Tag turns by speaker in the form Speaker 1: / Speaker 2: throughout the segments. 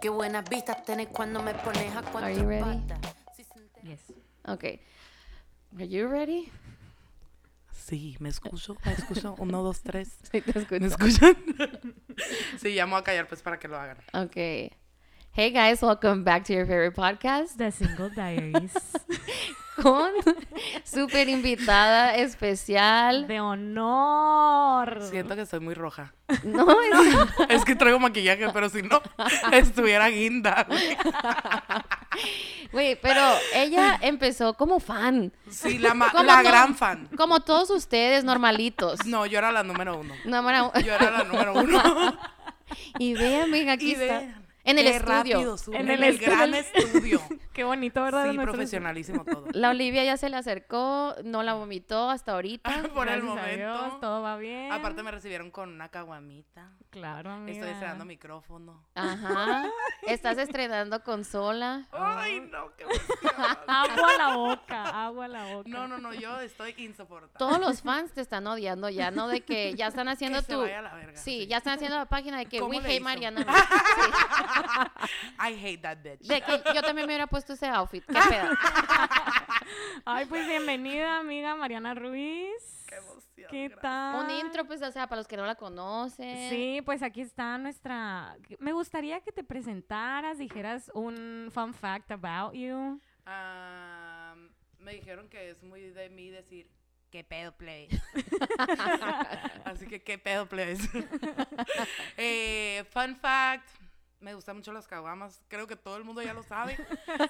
Speaker 1: Qué buenas vistas tenés cuando me pones a cuatro
Speaker 2: you ready?
Speaker 1: patas. Si se entera-
Speaker 3: Yes.
Speaker 2: Okay. Are you ready?
Speaker 3: Sí, me escucho, me escucho. Uno, dos, tres.
Speaker 2: Sí, te escucho.
Speaker 3: ¿Me escuchan? sí, ya me voy a callar pues para que lo hagan.
Speaker 2: Okay. Hey guys, welcome back to your favorite podcast
Speaker 4: The Single Diaries.
Speaker 2: con super invitada especial.
Speaker 4: de honor.
Speaker 3: Siento que estoy muy roja.
Speaker 2: No, es-
Speaker 3: Es que traigo maquillaje, pero si no, estuviera guinda. güey.
Speaker 2: güey, pero ella empezó como fan,
Speaker 3: Sí, la, ma-
Speaker 2: ¿Cómo
Speaker 3: la
Speaker 2: no?
Speaker 3: gran fan.
Speaker 2: como todos ustedes normalitos.
Speaker 3: No, yo era la número uno.
Speaker 2: No, mano,
Speaker 3: Yo era la número uno.
Speaker 2: y vean, ven, aquí
Speaker 3: Y
Speaker 2: está.
Speaker 3: vean,
Speaker 2: en el
Speaker 3: qué
Speaker 2: estudio.
Speaker 3: rápido suben,
Speaker 4: En
Speaker 3: en
Speaker 4: el
Speaker 3: el gran
Speaker 4: estudio.
Speaker 3: estudio.
Speaker 4: Qué bonito, ¿verdad?
Speaker 3: Sí,
Speaker 4: Nuestro-
Speaker 3: profesionalísimo todo.
Speaker 2: La Olivia ya se le acercó, no la vomitó hasta ahorita.
Speaker 3: Por el
Speaker 4: Gracias a Dios,
Speaker 3: momento.
Speaker 4: todo va bien.
Speaker 3: Aparte me recibieron con una caguamita.
Speaker 4: Claro, amiga.
Speaker 3: Estoy estrenando micrófono.
Speaker 2: Ajá. Estás estrenando consola.
Speaker 3: Ay, no, qué emoción.
Speaker 4: Agua a la boca, agua a la boca.
Speaker 3: No, no, no, yo estoy insoportable.
Speaker 2: Todos los fans te están odiando ya, ¿no? De que ya están haciendo
Speaker 3: se
Speaker 2: tu.
Speaker 3: vaya a la verga,
Speaker 2: sí,
Speaker 3: sí.
Speaker 2: ya están haciendo la página de que
Speaker 3: ¿Cómo
Speaker 2: we
Speaker 3: le
Speaker 2: hate
Speaker 3: hizo?
Speaker 2: Mariana. Sí.
Speaker 3: I hate that bitch.
Speaker 2: De que yo también me hubiera puesto ese outfit. ¿Qué pedo?
Speaker 4: Ay, pues bienvenida, amiga Mariana Ruiz.
Speaker 3: Qué emoción,
Speaker 4: ¿Qué
Speaker 3: gracias.
Speaker 4: tal?
Speaker 2: Un intro, pues, o sea, para los que no la conocen.
Speaker 4: Sí, pues aquí está nuestra. Me gustaría que te presentaras, dijeras un fun fact about you.
Speaker 3: Am, me dijeron que es muy de mí decir, ¿qué pedo, plebes? Así que, ¿qué pedo, plebes? Eh, fun fact. Me gustan mucho las caguamas, creo que todo el mundo ya lo sabe.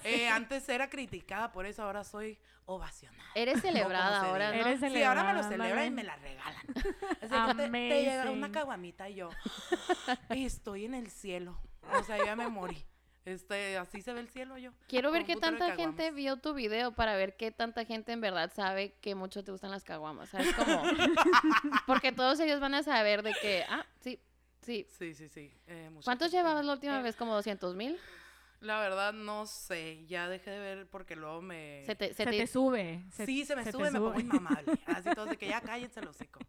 Speaker 3: Eh, antes era criticada, por eso ahora soy ovacionada.
Speaker 2: Eres celebrada
Speaker 3: se
Speaker 2: ahora, ¿no?
Speaker 3: diga.
Speaker 4: Eres
Speaker 3: Sí, ahora me lo
Speaker 4: celebrada,
Speaker 3: celebran y
Speaker 4: ándale.
Speaker 3: me la regalan. Así que te, te llega una
Speaker 4: Amazing.
Speaker 3: caguamita y yo estoy en el cielo. O sea, yo ya me morí. Este, así se ve el cielo yo.
Speaker 2: Quiero ver
Speaker 3: Con
Speaker 2: qué
Speaker 3: un putero de
Speaker 2: tanta gente
Speaker 3: caguamas.
Speaker 2: vio tu video para ver qué tanta gente en verdad sabe que mucho te gustan las caguamas, ¿sabes? Como... Porque todos ellos van a saber de que, ah, sí, sí.
Speaker 3: Sí, sí, sí. eh, mucha
Speaker 2: ¿Cuántos
Speaker 3: gente.
Speaker 2: llevabas la última vez? ¿Como 200 mil?
Speaker 3: La verdad no sé, ya dejé de ver porque luego me...
Speaker 2: Se te, se
Speaker 4: Se,
Speaker 2: te-
Speaker 4: te sube.
Speaker 3: sí, se me
Speaker 4: se te
Speaker 3: sube, me pongo
Speaker 4: sube.
Speaker 3: inmamable. Así todo, de que ya cállense el hocico.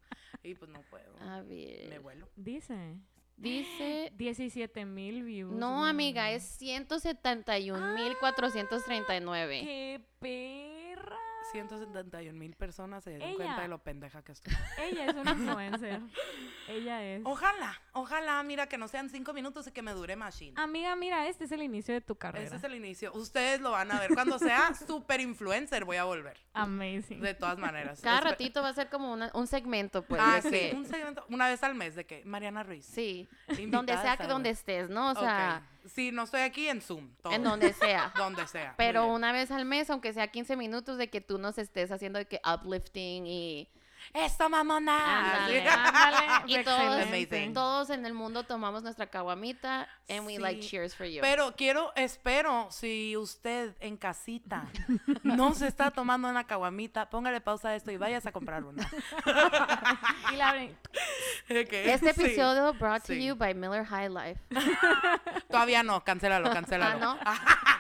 Speaker 3: Y pues no puedo,
Speaker 2: A
Speaker 3: me
Speaker 2: ver,
Speaker 3: vuelo.
Speaker 4: Dice.
Speaker 2: dice...
Speaker 4: 17 mil views.
Speaker 2: Eh. No,
Speaker 4: güey.
Speaker 2: amiga, es 171,439.
Speaker 4: ¡Qué perra!
Speaker 3: 171 mil personas se dieron
Speaker 4: Ella.
Speaker 3: cuenta de lo pendeja que estoy.
Speaker 4: Ella es una influencer. Ella es.
Speaker 3: Ojalá, ojalá, mira, que no sean cinco minutos y que me dure Machine.
Speaker 4: Amiga, mira, este es el inicio de tu carrera.
Speaker 3: Ese es el inicio. Ustedes lo van a ver. Cuando sea super influencer voy a volver.
Speaker 4: Amazing.
Speaker 3: De todas maneras.
Speaker 2: Cada
Speaker 3: Espe-
Speaker 2: ratito va a ser como una- un segmento, pues.
Speaker 3: Ah,
Speaker 2: de
Speaker 3: sí.
Speaker 2: que-
Speaker 3: Un segmento, una vez al mes de que Mariana Ruiz.
Speaker 2: sí.
Speaker 3: invitada
Speaker 2: Donde sea que
Speaker 3: estaba.
Speaker 2: donde estés, ¿no? O
Speaker 3: Ok.
Speaker 2: sea,
Speaker 3: Sí, no estoy aquí en Zoom. todo.
Speaker 2: en donde sea.
Speaker 3: Donde sea. muy
Speaker 2: Pero
Speaker 3: bien.
Speaker 2: una vez al mes, aunque sea 15 minutos, de que tú nos estés haciendo de que uplifting y,
Speaker 3: ¡Eso, mamona!
Speaker 2: Ándale.
Speaker 3: Sí. Ah,
Speaker 4: Ándale,
Speaker 2: y
Speaker 4: fue
Speaker 2: todos,
Speaker 4: excelente.
Speaker 3: Amazing.
Speaker 2: todos en el mundo tomamos nuestra caguamita and we like
Speaker 3: Sí,
Speaker 2: cheers for you.
Speaker 3: Pero quiero, espero, si usted en casita no se está tomando una caguamita, póngale pausa a esto y vayas a comprar una.
Speaker 4: Y la abren.
Speaker 3: Ok,
Speaker 2: este
Speaker 3: sí.
Speaker 2: episodio brought to
Speaker 3: sí.
Speaker 2: you by Miller High Life.
Speaker 3: Todavía no, cancélalo,
Speaker 2: Ah,
Speaker 3: cancélalo.
Speaker 2: ¿no?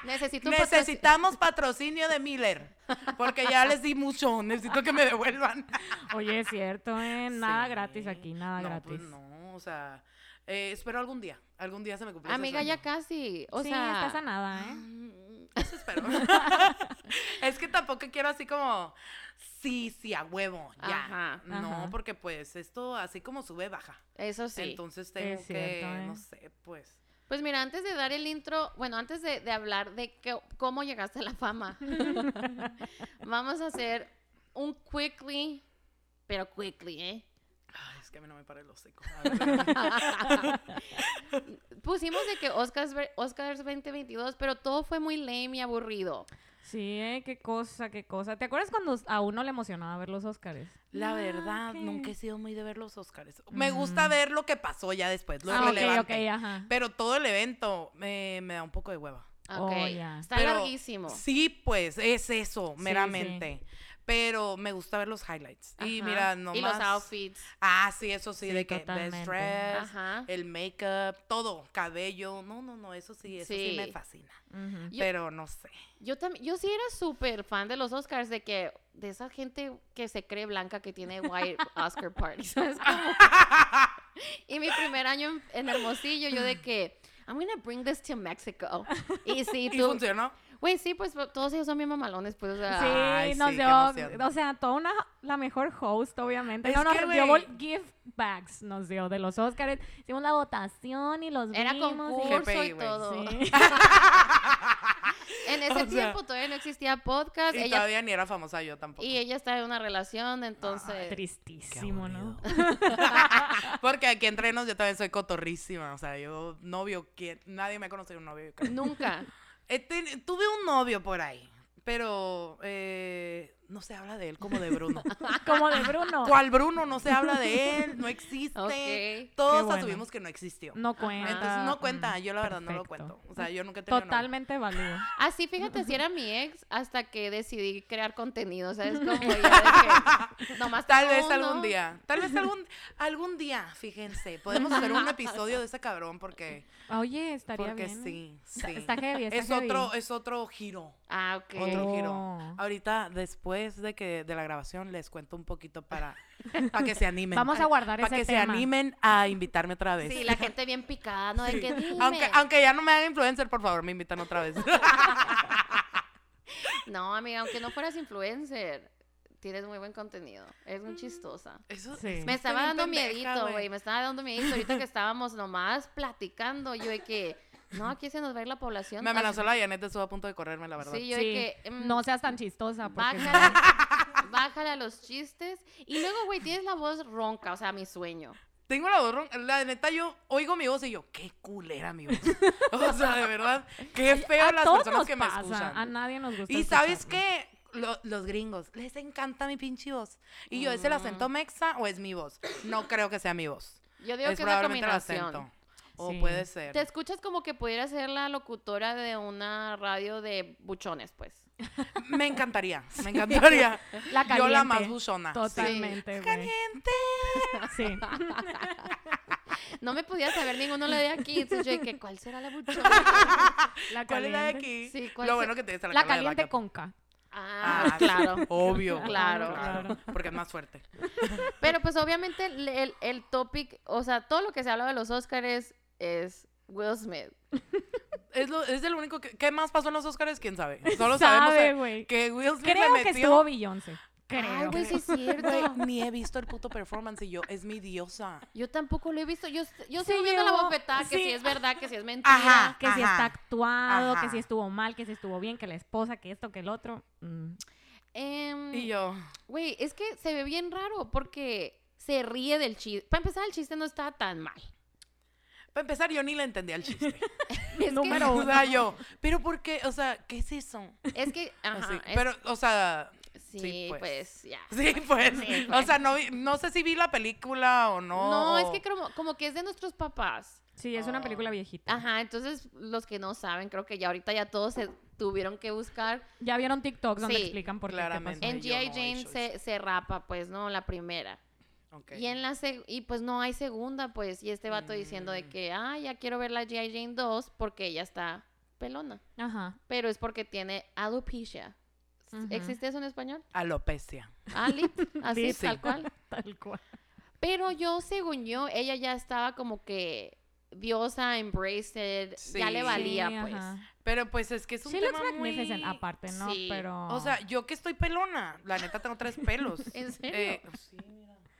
Speaker 2: Necesito
Speaker 4: pues,
Speaker 2: un patrocin-
Speaker 3: Necesitamos patrocinio de Miller, porque ya les di mucho, necesito que me devuelvan.
Speaker 4: Oye, es cierto, ¿eh? Nada
Speaker 3: Sí.
Speaker 4: gratis aquí, nada
Speaker 3: no,
Speaker 4: Ah, gratis.
Speaker 3: pues no, o sea, eh, espero algún día, algún día se me cumple ese
Speaker 2: Amiga, ya
Speaker 3: sueño.
Speaker 2: casi. O
Speaker 4: sí,
Speaker 2: sea,
Speaker 4: estás a nada,
Speaker 2: Ah.
Speaker 4: ¿eh?
Speaker 3: Mm, Eso espero. es que tampoco quiero así como, sí, sí, a huevo, ya.
Speaker 2: Ajá,
Speaker 3: no,
Speaker 4: ajá.
Speaker 3: porque pues esto así como sube, baja.
Speaker 2: eso sí.
Speaker 3: Entonces tengo
Speaker 4: Es cierto,
Speaker 3: que,
Speaker 4: ¿eh?
Speaker 3: no sé, pues.
Speaker 2: Pues mira, antes de dar el intro, bueno, antes de, de hablar de qué- cómo llegaste a la fama, vamos a hacer un quickly, pero quickly, ¿eh?
Speaker 3: Ay, es que a mí no me para el hocico. A ver,
Speaker 2: Pusimos de que Oscars, ve- Oscars 2022, pero todo fue muy lame y aburrido.
Speaker 4: Sí, ¿eh? Qué cosa, qué cosa. ¿Te acuerdas cuando a uno le emocionaba ver los Óscares?
Speaker 3: La
Speaker 4: Ah,
Speaker 3: verdad,
Speaker 4: ok.
Speaker 3: nunca he sido muy de ver los Óscares. Me gusta ver lo que pasó ya después, lo
Speaker 4: Ah, ok, ok,
Speaker 3: relevante.
Speaker 4: ajá.
Speaker 3: Pero todo el evento me, me da un poco de hueva.
Speaker 2: Ok.
Speaker 4: Oh, ya.
Speaker 2: Está
Speaker 3: Pero
Speaker 2: larguísimo.
Speaker 3: Sí, pues, es eso,
Speaker 4: Sí,
Speaker 3: meramente. Pero me gusta ver los highlights. Y
Speaker 2: Ajá.
Speaker 3: mira, nomás...
Speaker 2: Y los outfits.
Speaker 3: Ah, sí, eso sí,
Speaker 4: Sí,
Speaker 3: de que
Speaker 4: totalmente.
Speaker 3: best dress,
Speaker 2: Ajá.
Speaker 3: el make-up, todo, cabello. No, no, no, eso sí, eso sí, me
Speaker 2: Sí.
Speaker 3: fascina.
Speaker 4: Ujú.
Speaker 2: Yo-
Speaker 3: Pero no sé.
Speaker 2: Yo también, yo sí era súper fan de los Oscars, de que, de esa gente que se cree blanca que tiene white Oscar parties. ¿sabes? Como- y mi primer año en, en Hermosillo, yo de que, I'm gonna bring this to Mexico. Y sí,
Speaker 3: Y
Speaker 2: tú,
Speaker 3: funcionó.
Speaker 2: güey, sí, pues todos ellos son bien mamalones, pues, o sea,
Speaker 4: Sí,
Speaker 3: Ay,
Speaker 4: nos
Speaker 3: sí, qué emoción.
Speaker 4: dio, o sea, toda una, la mejor host, obviamente.
Speaker 3: Es
Speaker 4: no, nos
Speaker 3: que,
Speaker 4: dio
Speaker 3: güey.
Speaker 4: bol- gift bags, nos dio de los Oscars. Hicimos la votación y los
Speaker 2: Era
Speaker 4: vimos. y-
Speaker 2: concurso
Speaker 3: GPI,
Speaker 2: y
Speaker 3: güey,
Speaker 2: todo.
Speaker 4: Sí.
Speaker 2: En ese
Speaker 3: O sea,
Speaker 2: tiempo todavía no existía podcast.
Speaker 3: Y
Speaker 2: Pues ella,
Speaker 3: todavía ni era famosa yo tampoco. Ah,
Speaker 2: y ella estaba en una relación, entonces.
Speaker 3: Qué
Speaker 4: Tristísimo, ¿no?
Speaker 3: aburrido. Porque aquí entre nos yo también soy cotorrísima. O sea, yo novio, ¿quién? nadie me ha conocido un novio. yo creo.
Speaker 2: nunca.
Speaker 3: Eh, ten- tuve un novio por ahí, pero eh, no se habla de él como de Bruno.
Speaker 4: Como de Bruno.
Speaker 3: ¿Cuál Bruno? No se habla de él, no existe.
Speaker 2: Ok.
Speaker 3: Todos
Speaker 4: Qué bueno.
Speaker 3: asumimos que no existió.
Speaker 4: No cuenta.
Speaker 3: Entonces no cuenta,
Speaker 4: Mm,
Speaker 3: yo la verdad no lo
Speaker 4: perfecto.
Speaker 3: cuento. O sea, yo nunca he tenido novio.
Speaker 4: Totalmente válido.
Speaker 2: Así, fíjate, si era mi ex hasta que decidí crear contenido, ¿sabes? Como ya de que nomás
Speaker 3: Tal
Speaker 2: tengo
Speaker 3: vez
Speaker 2: uno.
Speaker 3: algún día. Tal vez algún, algún día, fíjense. Podemos hacer un episodio de ese cabrón porque,
Speaker 4: Oye, estaría
Speaker 3: porque
Speaker 4: bien.
Speaker 3: sí,
Speaker 4: Está-
Speaker 3: sí.
Speaker 4: Está heavy, está
Speaker 3: Es
Speaker 4: heavy.
Speaker 3: otro, es otro giro.
Speaker 2: Ah, ok.
Speaker 3: Otro
Speaker 4: Oh.
Speaker 3: giro. Ahorita, después de que de la grabación, les cuento un poquito para, para que se animen.
Speaker 4: Vamos a guardar
Speaker 3: Para
Speaker 4: ese
Speaker 3: que se
Speaker 4: tema.
Speaker 3: animen a invitarme otra vez.
Speaker 2: Sí, la gente bien picada, ¿no? De que dime.
Speaker 3: aunque, aunque ya no me haga influencer, por favor, me invitan otra vez.
Speaker 2: No, amiga, aunque no fueras influencer, tienes muy buen contenido. Es muy chistosa.
Speaker 3: Eso
Speaker 4: Sí.
Speaker 3: Mm. está
Speaker 2: Me estaba
Speaker 3: bien
Speaker 2: dando
Speaker 3: pendeja,
Speaker 2: miedito, güey. Me estaba dando miedito ahorita que estábamos nomás platicando. Yo de que, no, aquí se nos va a ir la población.
Speaker 3: Me amenazó
Speaker 2: Así-
Speaker 3: la Janet, estuvo a punto de correrme, la verdad.
Speaker 2: Sí, yo
Speaker 4: Sí.
Speaker 2: de que. mm,
Speaker 4: No seas tan chistosa. Porque
Speaker 2: Bájale, bájale a los chistes. Y luego, güey, tienes la voz ronca, o sea, mi sueño.
Speaker 3: Tengo la voz ronca. La neta, yo oigo mi voz y yo, qué culera mi voz. O sea, de verdad, qué feo
Speaker 4: a
Speaker 3: las
Speaker 4: todos
Speaker 3: personas
Speaker 4: nos
Speaker 3: que
Speaker 4: pasa,
Speaker 3: me escuchan.
Speaker 4: A nadie nos gusta.
Speaker 3: Y sabes
Speaker 4: escucharnos.
Speaker 3: qué? Lo- los gringos, les encanta mi pinche voz. Y yo, ¿es el acento mexa o es mi voz? No creo que sea mi voz.
Speaker 2: Yo digo
Speaker 3: es
Speaker 2: que es la
Speaker 3: probablemente el
Speaker 2: combinación.
Speaker 3: acento. O
Speaker 4: Sí.
Speaker 3: puede ser.
Speaker 2: Te escuchas como que pudiera ser la locutora de una radio de buchones, pues.
Speaker 3: Me encantaría, me encantaría.
Speaker 4: La
Speaker 3: yo la
Speaker 4: caliente.
Speaker 3: más buchona. Ah, sí.
Speaker 4: Totalmente. güey.
Speaker 3: Caliente.
Speaker 4: Sí.
Speaker 2: No me podía saber ninguno la de aquí. Entonces yo dije, ¿cuál será la buchona?
Speaker 4: La
Speaker 3: ¿Cuál es la de
Speaker 4: caliente.
Speaker 3: aquí?
Speaker 2: Sí, ¿cuál
Speaker 3: Lo
Speaker 2: se-
Speaker 3: bueno que te dice la,
Speaker 4: La
Speaker 3: cara de
Speaker 4: caliente
Speaker 3: vaca.
Speaker 4: con K.
Speaker 2: Ah,
Speaker 3: Ah,
Speaker 2: claro.
Speaker 3: Obvio.
Speaker 2: Claro.
Speaker 3: claro. Porque es más fuerte.
Speaker 2: Pero pues obviamente el, el, el topic, o sea, todo lo que se habla de los Oscars es Will Smith.
Speaker 3: Es, lo, es el único que... ¿Qué más pasó en los Oscars? ¿Quién sabe? Solo sabemos
Speaker 4: Sabe,
Speaker 3: eh,
Speaker 4: güey.
Speaker 3: que Will Smith le
Speaker 4: Creo que
Speaker 3: metió...
Speaker 4: estuvo Beyoncé.
Speaker 2: Ay,
Speaker 4: Creo.
Speaker 2: güey, sí es cierto.
Speaker 3: Güey, ni he visto el puto performance y yo, es mi diosa.
Speaker 2: Yo tampoco lo he visto. Yo, yo
Speaker 4: Sí,
Speaker 2: sigo viendo la
Speaker 4: yo-
Speaker 2: bofetada, que
Speaker 4: sí. Ah.
Speaker 2: si es verdad, que si es mentira.
Speaker 3: Ajá.
Speaker 4: que si está actuado,
Speaker 3: ajá.
Speaker 4: que si estuvo mal, que si estuvo bien, que la esposa, que esto, que el otro. Mm.
Speaker 2: Em,
Speaker 3: Y yo,
Speaker 2: Güey, es que se ve bien raro porque se ríe del chiste. Para empezar, el chiste no estaba tan mal.
Speaker 3: para empezar, yo ni le entendía el chiste.
Speaker 2: Es
Speaker 4: Número
Speaker 3: o sea, yo, pero ¿por qué? O sea, ¿qué es eso?
Speaker 2: que, es que, ajá,
Speaker 3: Así,
Speaker 2: es-
Speaker 3: pero, o sea,
Speaker 2: sí,
Speaker 3: sí,
Speaker 2: pues,
Speaker 3: pues.
Speaker 2: ya.
Speaker 3: sí, pues.
Speaker 2: Sí,
Speaker 3: O sea, no, vi- no sé si vi la película o no.
Speaker 2: No, es
Speaker 3: o-
Speaker 2: que como, como que es de nuestros papás.
Speaker 4: Sí, es una película viejita.
Speaker 2: Ajá, entonces los que no saben, creo que ya ahorita ya todos se tuvieron que buscar.
Speaker 4: Ya vieron TikToks donde
Speaker 2: Sí,
Speaker 4: explican por qué, qué
Speaker 3: claramente.
Speaker 4: pasó.
Speaker 2: En
Speaker 3: yo
Speaker 2: G.I.
Speaker 3: no he
Speaker 2: Jane
Speaker 3: hecho
Speaker 2: se, se rapa, pues, ¿no? La primera.
Speaker 3: Ok.
Speaker 2: Y en la seg- y pues no hay segunda, pues, y este vato diciendo
Speaker 3: Mm.
Speaker 2: de que, ah, ya quiero ver la G.I. Jane 2 porque ella está pelona.
Speaker 4: Ajá.
Speaker 2: Pero es porque tiene alopecia. S-
Speaker 4: Ujú.
Speaker 2: ¿Existe eso en español?
Speaker 3: Alopecia.
Speaker 2: Ali, así,
Speaker 3: Sí.
Speaker 2: tal cual.
Speaker 4: Tal cual.
Speaker 2: Pero yo, según yo, ella ya estaba como que diosa, embraced, ya le
Speaker 3: Sí.
Speaker 2: valía,
Speaker 4: Sí,
Speaker 2: pues.
Speaker 4: ajá.
Speaker 3: Pero pues es que es un
Speaker 4: She looks
Speaker 3: tema
Speaker 4: magnificent,
Speaker 3: muy...
Speaker 4: aparte, ¿no?
Speaker 2: Sí.
Speaker 4: Pero.
Speaker 3: O sea, yo que estoy pelona, la neta tengo tres pelos.
Speaker 2: ¿En serio?
Speaker 3: Eh, sí.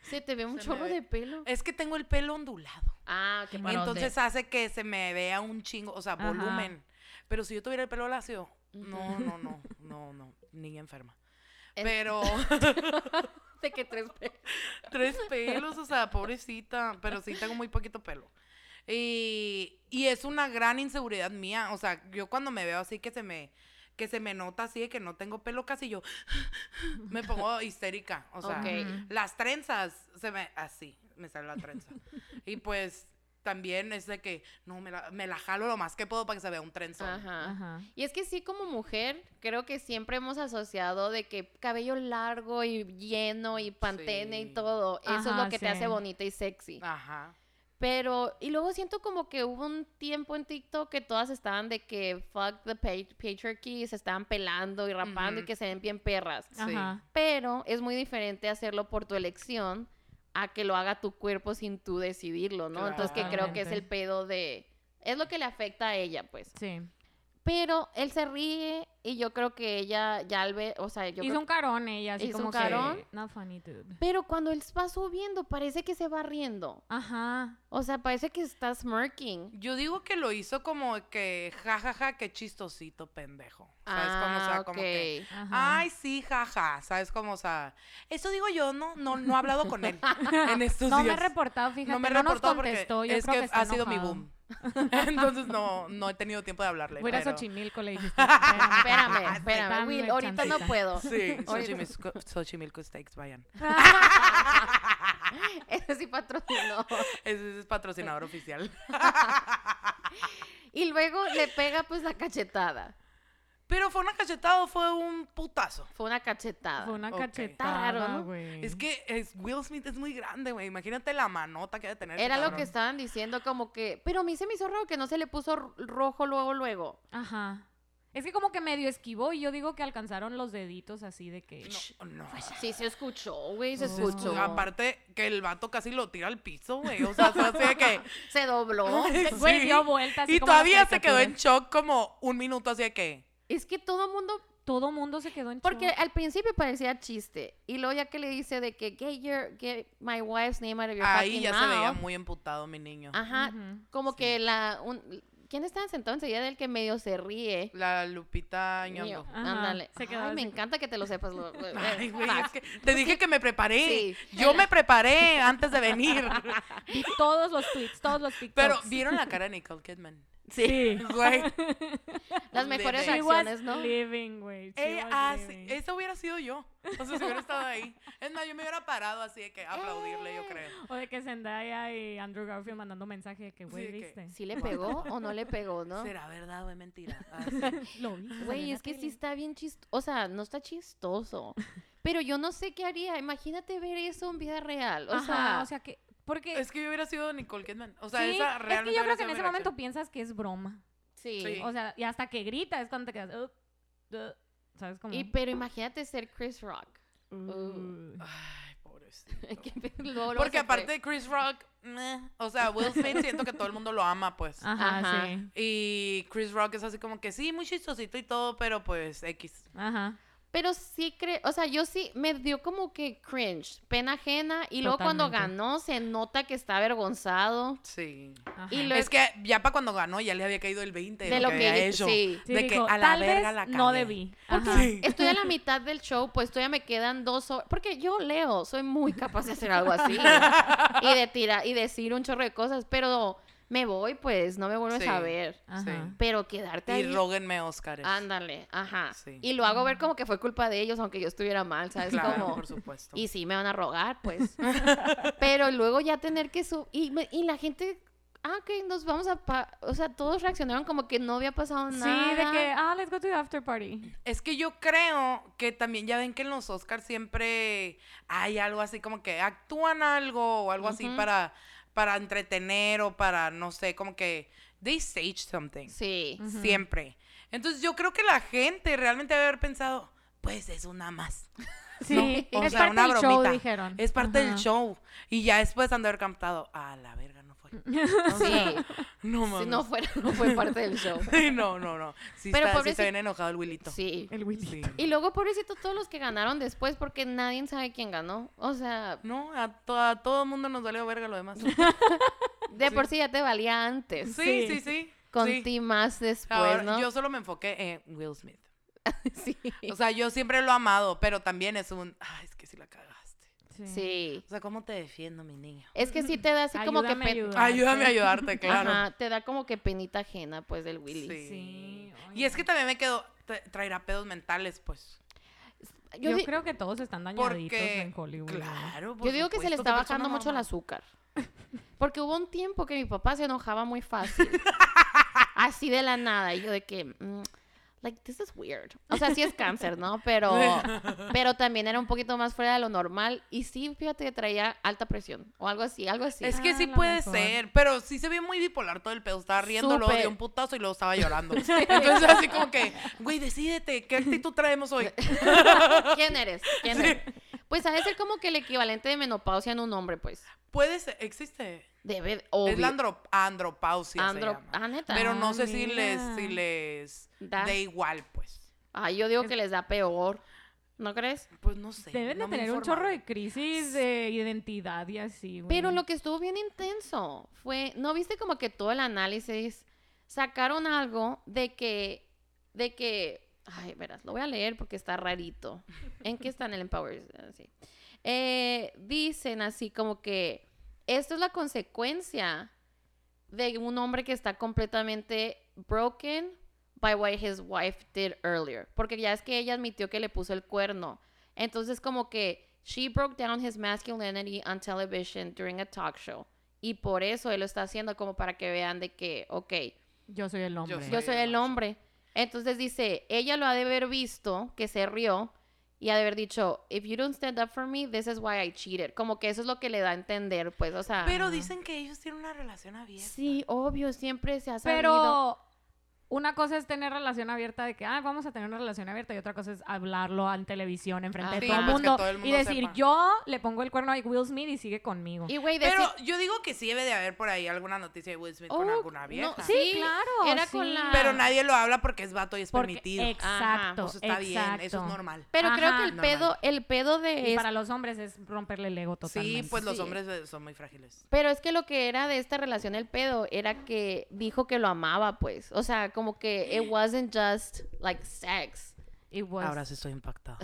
Speaker 2: Se te ve un
Speaker 3: Se me
Speaker 2: chorro
Speaker 3: ve.
Speaker 2: de pelo.
Speaker 3: es que tengo el pelo ondulado.
Speaker 2: Ah, qué parote.
Speaker 3: Entonces hace que se me vea un chingo, o sea,
Speaker 4: Ajá.
Speaker 3: volumen. Pero si yo tuviera el pelo lacio, no,
Speaker 2: Ujú.
Speaker 3: no, no, no, no, ni enferma.
Speaker 2: En-
Speaker 3: Pero
Speaker 2: De que tres pelos.
Speaker 3: tres pelos, o sea, pobrecita, pero sí tengo muy poquito pelo. Y, y es una gran inseguridad mía, o sea, yo cuando me veo así que se me que se me nota así de que no tengo pelo casi yo me pongo histérica, o sea,
Speaker 2: Ok.
Speaker 4: Ujú.
Speaker 3: las trenzas se me así me sale la trenza y pues también es de que no me la, me la jalo lo más que puedo para que se vea un trenzón
Speaker 2: Ajá.
Speaker 4: Ajá.
Speaker 2: Y es que sí, como mujer, creo que siempre hemos asociado de que cabello largo y lleno y pantene y
Speaker 3: Sí.
Speaker 2: todo, eso es lo
Speaker 4: Ajá,
Speaker 2: que te
Speaker 4: sí.
Speaker 2: hace bonita y sexy.
Speaker 3: ajá
Speaker 2: Pero, y luego siento como que hubo un tiempo en TikTok que todas estaban de que fuck the pa- patriarchy, y se estaban pelando y rapando y
Speaker 3: Ujú.
Speaker 2: que se ven bien perras.
Speaker 3: Sí.
Speaker 4: Ajá.
Speaker 2: Pero es muy diferente hacerlo por tu elección a que lo haga tu cuerpo sin tú decidirlo, ¿no? Entonces que creo que es el
Speaker 4: Totalmente.
Speaker 2: pedo de Es lo que le afecta a ella, pues.
Speaker 4: Sí.
Speaker 2: Pero él se ríe y yo creo que ella ya al ver, o sea, yo
Speaker 4: hizo
Speaker 2: creo-
Speaker 4: un carón ella, así
Speaker 2: Hizo
Speaker 4: como
Speaker 2: un carón.
Speaker 4: que... Not funny, dude.
Speaker 2: Pero cuando él va subiendo, parece que se va riendo.
Speaker 4: Ajá.
Speaker 2: O sea, parece que está smirking.
Speaker 3: Yo digo que lo hizo como que, jajaja, qué chistosito, pendejo. ¿Sabes cómo? O sea,
Speaker 2: Ah,
Speaker 3: como que,
Speaker 2: ok.
Speaker 4: ajá.
Speaker 3: Ay, sí, jaja. ¿Sabes cómo? O sea, eso digo yo, no, no, no he hablado con él en estos
Speaker 4: no me
Speaker 3: días.
Speaker 4: he reportado, fíjate.
Speaker 3: no
Speaker 4: No,
Speaker 3: me
Speaker 4: nos
Speaker 3: reportó
Speaker 4: contestó.
Speaker 3: porque
Speaker 4: Yo
Speaker 3: es
Speaker 4: creo
Speaker 3: que,
Speaker 4: que, está
Speaker 3: ha sido mi
Speaker 4: enojado.
Speaker 3: boom. Entonces no, no he tenido tiempo de hablarle.
Speaker 4: Voy a ir a
Speaker 3: pero-
Speaker 4: Xochimilco, le dijiste. Espérame,
Speaker 2: Espérame, espérame.
Speaker 4: dame
Speaker 2: Will,
Speaker 4: el
Speaker 2: ahorita no
Speaker 4: chancita.
Speaker 2: puedo.
Speaker 3: Sí,
Speaker 2: Ahorita-
Speaker 3: Xochimilco, Xochimilco Steaks, vayan.
Speaker 2: Ese sí patrocinó.
Speaker 3: Ese es, patrocinador oficial.
Speaker 2: Y luego le pega pues la cachetada.
Speaker 3: Pero fue una cachetada o fue un putazo.
Speaker 2: Fue una cachetada.
Speaker 4: Fue una
Speaker 3: Ok.
Speaker 2: Está raro,
Speaker 4: cachetada,
Speaker 2: ¿no?
Speaker 4: güey.
Speaker 3: Es que es- Will Smith es muy grande, güey. Imagínate la manota que debe tener. ese
Speaker 2: Era lo que
Speaker 3: cabrón.
Speaker 2: estaban diciendo, como que. Pero a mí se me hizo raro que no se le puso ro- rojo luego, luego.
Speaker 4: Ajá. Es que como que medio esquivó y yo digo que alcanzaron los deditos así de que...
Speaker 3: No,
Speaker 2: Sí, se escuchó, güey, se
Speaker 4: No.
Speaker 2: escuchó.
Speaker 4: Escucho.
Speaker 3: Aparte que el vato casi lo tira al piso, güey. O sea, se hace que...
Speaker 2: Se dobló.
Speaker 4: Ah, Güey,
Speaker 3: Sí.
Speaker 4: dio vueltas. así
Speaker 3: Y
Speaker 4: como las
Speaker 3: todavía se quedó en
Speaker 4: caricaturas.
Speaker 3: shock como un minuto, así de que...
Speaker 2: Es que todo mundo
Speaker 4: Todo mundo se quedó en
Speaker 2: Porque
Speaker 4: shock.
Speaker 2: al principio parecía chiste. Y luego ya que le dice de que get your get my wife's name out of your
Speaker 3: Ahí
Speaker 2: fucking
Speaker 3: ya se veía
Speaker 2: mouth".
Speaker 3: muy emputado mi niño.
Speaker 4: Ah.
Speaker 2: Ajá.
Speaker 4: Ujú.
Speaker 2: Como que la un- ¿Quién estaba sentado enseguida del que medio se ríe?
Speaker 3: La Lupita
Speaker 2: Mío,
Speaker 3: Ñongo.
Speaker 4: Ajá,
Speaker 2: Ándale.
Speaker 4: se quedó
Speaker 2: Ay, me
Speaker 4: así.
Speaker 2: encanta que te lo sepas. lo- lo-
Speaker 3: Ay, güey,
Speaker 2: fuck.
Speaker 3: es que te dije que me preparé.
Speaker 2: Sí.
Speaker 3: Yo me preparé antes de venir.
Speaker 4: Vi todos los tweets, todos los TikToks.
Speaker 3: Pero vieron la cara de Nicole Kidman.
Speaker 4: Sí.
Speaker 3: Güey.
Speaker 2: Las mejores
Speaker 3: She
Speaker 4: She was
Speaker 2: acciones, ¿no?
Speaker 4: living, güey. She
Speaker 3: Ey,
Speaker 4: was
Speaker 3: ah, sí,
Speaker 4: living.
Speaker 3: esa hubiera sido yo. O sea, si hubiera estado ahí. Es más, yo me hubiera parado así de que aplaudirle, yo creo.
Speaker 4: O de que Zendaya y Andrew Garfield mandando mensaje de que, güey,
Speaker 3: Sí, de que-
Speaker 4: ¿viste?
Speaker 2: ¿Sí le pegó o no le pegó, no?
Speaker 3: ¿Será verdad o es mentira? Ah, sí.
Speaker 4: Lo vi. salió en
Speaker 2: Güey,
Speaker 4: la
Speaker 2: es que sí
Speaker 4: tele.
Speaker 2: está bien chistoso. O sea, no está chistoso. Pero yo no sé qué haría. Imagínate ver eso en vida real. O
Speaker 4: Ajá,
Speaker 2: sea,
Speaker 4: o sea que... Porque...
Speaker 3: es que yo hubiera sido Nicole Kidman. O sea,
Speaker 4: sí,
Speaker 3: esa
Speaker 4: es que
Speaker 3: realmente
Speaker 4: yo creo
Speaker 3: hubiera
Speaker 4: que en
Speaker 3: sido
Speaker 4: ese
Speaker 3: mi
Speaker 4: momento
Speaker 3: reacción.
Speaker 4: piensas que es broma.
Speaker 2: sí.
Speaker 3: sí.
Speaker 4: O sea, y hasta que grita es cuando te quedas... "Ugh, duh", ¿Sabes cómo?
Speaker 2: Y, pero imagínate ser Chris Rock.
Speaker 4: Uh.
Speaker 3: Ay, pobrecito.
Speaker 2: Que luego, luego
Speaker 3: Porque
Speaker 2: se fue.
Speaker 3: aparte de Chris Rock, meh, o sea, Will Smith siento que todo el mundo lo ama, pues.
Speaker 2: Ah.
Speaker 4: Ajá,
Speaker 2: Ajá.
Speaker 4: sí.
Speaker 3: Y Chris Rock es así como que sí, muy chistosito y todo, pero pues X.
Speaker 4: Ajá.
Speaker 2: Pero sí creo, o sea, yo sí me dio como que cringe, pena ajena. Y luego cuando
Speaker 4: Totalmente.
Speaker 2: ganó se nota que está avergonzado.
Speaker 3: Sí.
Speaker 4: ajá.
Speaker 2: Y lo-
Speaker 3: Es que ya para cuando ganó ya le había caído el 20 de,
Speaker 2: de
Speaker 3: lo que, había hecho.
Speaker 2: Sí.
Speaker 4: Sí,
Speaker 3: de
Speaker 4: dijo,
Speaker 3: que a la
Speaker 4: "Tal
Speaker 3: verga
Speaker 4: vez
Speaker 3: la
Speaker 4: no
Speaker 3: cagué".
Speaker 4: debí.
Speaker 2: Porque
Speaker 4: Ajá.
Speaker 2: estoy a la mitad del show, pues todavía me quedan dos horas. Porque yo leo, soy muy capaz de hacer algo así. y de tirar, y decir un chorro de cosas. Pero me voy, pues, no me vuelves
Speaker 3: Sí.
Speaker 2: a ver.
Speaker 4: Ajá.
Speaker 2: Pero quedarte
Speaker 3: Y
Speaker 2: ahí.
Speaker 3: róguenme Óscares.
Speaker 2: Ándale, ajá.
Speaker 3: Sí.
Speaker 2: Y lo hago ver como que fue culpa de ellos, aunque yo estuviera mal, ¿sabes?
Speaker 3: Claro,
Speaker 2: como,
Speaker 3: por supuesto.
Speaker 2: Y sí, me van a rogar, pues. Pero luego ya tener que subir. Y, me- y la gente. Ah, que nos vamos a. pa- O sea, todos reaccionaron como que no había pasado
Speaker 4: Sí,
Speaker 2: nada.
Speaker 4: de que, ah, let's go to the after party.
Speaker 3: Es que yo creo que también ya ven que en los Oscars siempre hay algo así como que actúan algo o algo así
Speaker 2: Ujú.
Speaker 3: para, para entretener o para, no sé, como que they stage something.
Speaker 2: Sí.
Speaker 4: Ujú.
Speaker 3: Siempre. Entonces yo creo que la gente realmente debe haber pensado, pues es una más.
Speaker 4: Sí,
Speaker 3: O
Speaker 4: es
Speaker 3: sea,
Speaker 4: parte
Speaker 3: una
Speaker 4: del
Speaker 3: bromita.
Speaker 4: show, dijeron.
Speaker 3: Es parte del
Speaker 4: Ajá.
Speaker 3: show. Y ya después han de haber cantado, a la verga, no fue. O sea,
Speaker 2: Mm. Sí.
Speaker 3: no
Speaker 2: Si
Speaker 3: mames.
Speaker 2: no, fuera, no fue parte del show.
Speaker 3: Sí, no, no, no. Sí,
Speaker 2: Pero
Speaker 3: está, sí
Speaker 2: pobrecito-
Speaker 3: está bien enojado el Wilito.
Speaker 2: Sí.
Speaker 4: El Willy.
Speaker 3: Sí.
Speaker 2: Y luego, pobrecito, todos los que ganaron después, porque nadie sabe quién ganó. O sea,
Speaker 3: No, a, to- a todo el mundo nos valió verga lo demás.
Speaker 2: de por sí ya te valía antes.
Speaker 3: Sí,
Speaker 4: Sí.
Speaker 3: sí, sí.
Speaker 2: Con
Speaker 3: sí.
Speaker 2: ti más después,
Speaker 3: Ahora,
Speaker 2: ¿no?
Speaker 3: Yo solo me enfoqué en Will Smith.
Speaker 2: Sí.
Speaker 3: O sea, yo siempre lo he amado, pero también es un. Ay, es que si la cagaste.
Speaker 2: Sí.
Speaker 3: O sea, ¿cómo te defiendo, mi niño?
Speaker 2: Es que sí te da así como que.
Speaker 4: Ayúdame a
Speaker 2: pen-
Speaker 4: ayudar. Ah,
Speaker 3: Ayúdame a ayudarte, claro.
Speaker 2: Ajá, te da como que penita ajena, pues, del Willy.
Speaker 3: Sí.
Speaker 4: Sí, ay,
Speaker 3: Y es que
Speaker 4: no.
Speaker 3: también me quedo. tra- Traerá pedos mentales, pues.
Speaker 2: Yo,
Speaker 4: Yo,
Speaker 2: di-
Speaker 4: creo que todos están dañaditos
Speaker 3: Porque.
Speaker 4: en Hollywood. güey.
Speaker 3: Claro, por
Speaker 2: yo digo que se le
Speaker 3: supuesto,
Speaker 2: está
Speaker 3: qué
Speaker 2: bajando
Speaker 3: persona
Speaker 2: mucho el
Speaker 3: mamá.
Speaker 2: azúcar. Porque hubo un tiempo que mi papá se enojaba muy fácil. así de la nada. Y yo de que, mm, like, this is weird. O sea, sí es cáncer, ¿no? Pero, pero también era un poquito más fuera de lo normal. Y sí, fíjate que traía alta presión o algo así, algo así.
Speaker 3: Es que
Speaker 4: Ah,
Speaker 3: sí
Speaker 4: la
Speaker 3: puede
Speaker 4: mejor.
Speaker 3: ser, pero sí se vio muy bipolar todo el pedo. Estaba riendo, luego
Speaker 2: Súper.
Speaker 3: dio un putazo y luego estaba llorando. Entonces, así como que, güey, decídete, ¿qué actitud traemos hoy?
Speaker 2: ¿Quién eres? ¿Quién eres? Pues ha de ser como que el equivalente de menopausia en un hombre, pues.
Speaker 3: Puede ser, existe.
Speaker 2: Debe, obvio.
Speaker 3: Es la andro- andropausia. se
Speaker 2: Andro-
Speaker 3: llama.
Speaker 2: Ah, neta.
Speaker 3: Pero no
Speaker 4: Ah,
Speaker 3: sé si les,
Speaker 4: mira.
Speaker 3: si les
Speaker 2: Da.
Speaker 3: da igual, pues.
Speaker 2: Ay, yo digo que les da peor. ¿No crees?
Speaker 3: Pues no sé.
Speaker 4: Deben de
Speaker 3: no me he
Speaker 4: tener un
Speaker 3: informado.
Speaker 4: chorro de crisis de identidad y así, güey.
Speaker 2: Pero lo que estuvo bien intenso fue, ¿no viste como que todo el análisis sacaron algo de que, de que, ay, verás, lo voy a leer porque está rarito. ¿En qué está en el Empower? Así. Eh, dicen así como que esto es la consecuencia de un hombre que está completamente broken by what his wife did earlier. Porque ya es que ella admitió que le puso el cuerno. Entonces como que she broke down his masculinity on television during a talk show. Y por eso él lo está haciendo como para que vean de que, ok,
Speaker 4: Yo soy el hombre.
Speaker 2: yo
Speaker 3: Ay,
Speaker 2: soy
Speaker 3: no,
Speaker 2: el
Speaker 3: sí.
Speaker 2: hombre. Entonces dice, ella lo ha de haber visto, que se rió, y ha de haber dicho, if you don't stand up for me, this is why I cheated. Como que eso es lo que le da a entender, pues, o sea.
Speaker 3: Pero dicen que ellos tienen una relación abierta.
Speaker 2: Sí, obvio, siempre se ha sabido.
Speaker 4: Pero una cosa es tener relación abierta de que, ah, vamos a tener una relación abierta y otra cosa es hablarlo en televisión en frente
Speaker 2: Ah, sí,
Speaker 4: de todo, el
Speaker 2: pues, que
Speaker 4: mundo,
Speaker 3: todo el
Speaker 4: y
Speaker 3: mundo
Speaker 4: decir,
Speaker 3: sepa.
Speaker 4: yo le pongo el cuerno a Will Smith y sigue conmigo.
Speaker 2: Y güey, decir...
Speaker 3: Pero yo digo que sí debe de haber por ahí alguna noticia de Will Smith con
Speaker 2: Oh,
Speaker 3: alguna
Speaker 2: no,
Speaker 3: vieja.
Speaker 2: sí,
Speaker 4: claro,
Speaker 2: Era
Speaker 4: sí.
Speaker 2: con la...
Speaker 3: Pero nadie lo habla porque es vato y es
Speaker 4: Porque-
Speaker 3: permitido.
Speaker 4: Exacto,
Speaker 3: Eso está bien, eso es
Speaker 4: exacto.
Speaker 3: normal.
Speaker 2: Pero creo
Speaker 4: Ajá.
Speaker 2: que el
Speaker 3: Normal.
Speaker 2: pedo, el pedo de...
Speaker 4: Y
Speaker 2: es-
Speaker 4: para los hombres es romperle el ego totalmente.
Speaker 3: Sí, pues los
Speaker 2: Sí.
Speaker 3: hombres eh, son muy frágiles.
Speaker 2: Pero es que lo que era de esta relación el pedo era que dijo que lo amaba, pues. O sea, como que it wasn't just like sex.
Speaker 4: It
Speaker 2: Pues
Speaker 4: was-
Speaker 3: Ahora sí estoy impactado.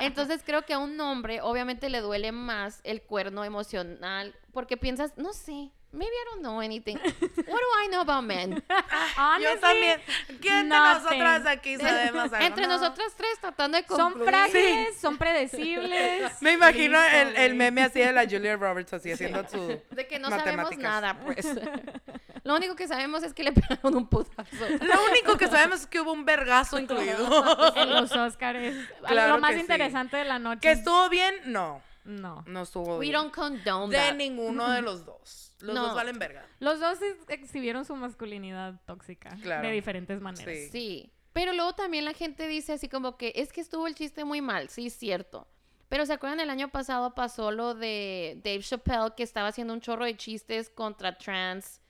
Speaker 2: Entonces creo que a un hombre obviamente le duele más el cuerno emocional porque piensas, no sé, maybe I don't know anything. What do I know about men?
Speaker 4: Honestly,
Speaker 3: Yo también. ¿Quién de nosotras
Speaker 4: nothing.
Speaker 3: aquí sabemos algo?
Speaker 2: Entre
Speaker 3: No.
Speaker 2: nosotras tres tratando de
Speaker 4: Son
Speaker 2: concluir.
Speaker 4: frágiles, son predecibles.
Speaker 3: Me imagino
Speaker 4: Listo,
Speaker 3: el, el
Speaker 4: güey.
Speaker 3: meme así de la Julia Roberts así haciendo su...
Speaker 2: de que no sabemos
Speaker 3: Matemáticas.
Speaker 2: nada, pues. Lo único que sabemos es que le pegaron un putazo.
Speaker 3: Lo único que sabemos es que hubo un vergazo incluido.
Speaker 4: En los Oscars.
Speaker 3: Claro
Speaker 4: lo más
Speaker 3: que sí.
Speaker 4: interesante de la noche.
Speaker 3: ¿Que estuvo bien? No,
Speaker 4: No.
Speaker 3: no estuvo
Speaker 2: We
Speaker 3: bien.
Speaker 2: don't condone
Speaker 3: de
Speaker 2: that.
Speaker 3: ninguno de los dos. Los
Speaker 2: No.
Speaker 3: dos valen verga.
Speaker 4: Los dos ex- exhibieron su masculinidad tóxica.
Speaker 3: Claro.
Speaker 4: De diferentes maneras.
Speaker 3: Sí.
Speaker 2: Sí. Pero luego también la gente dice así como que es que estuvo el chiste muy mal, sí, cierto. Pero ¿se acuerdan el año pasado pasó lo de Dave Chappelle que estaba haciendo un chorro de chistes contra trans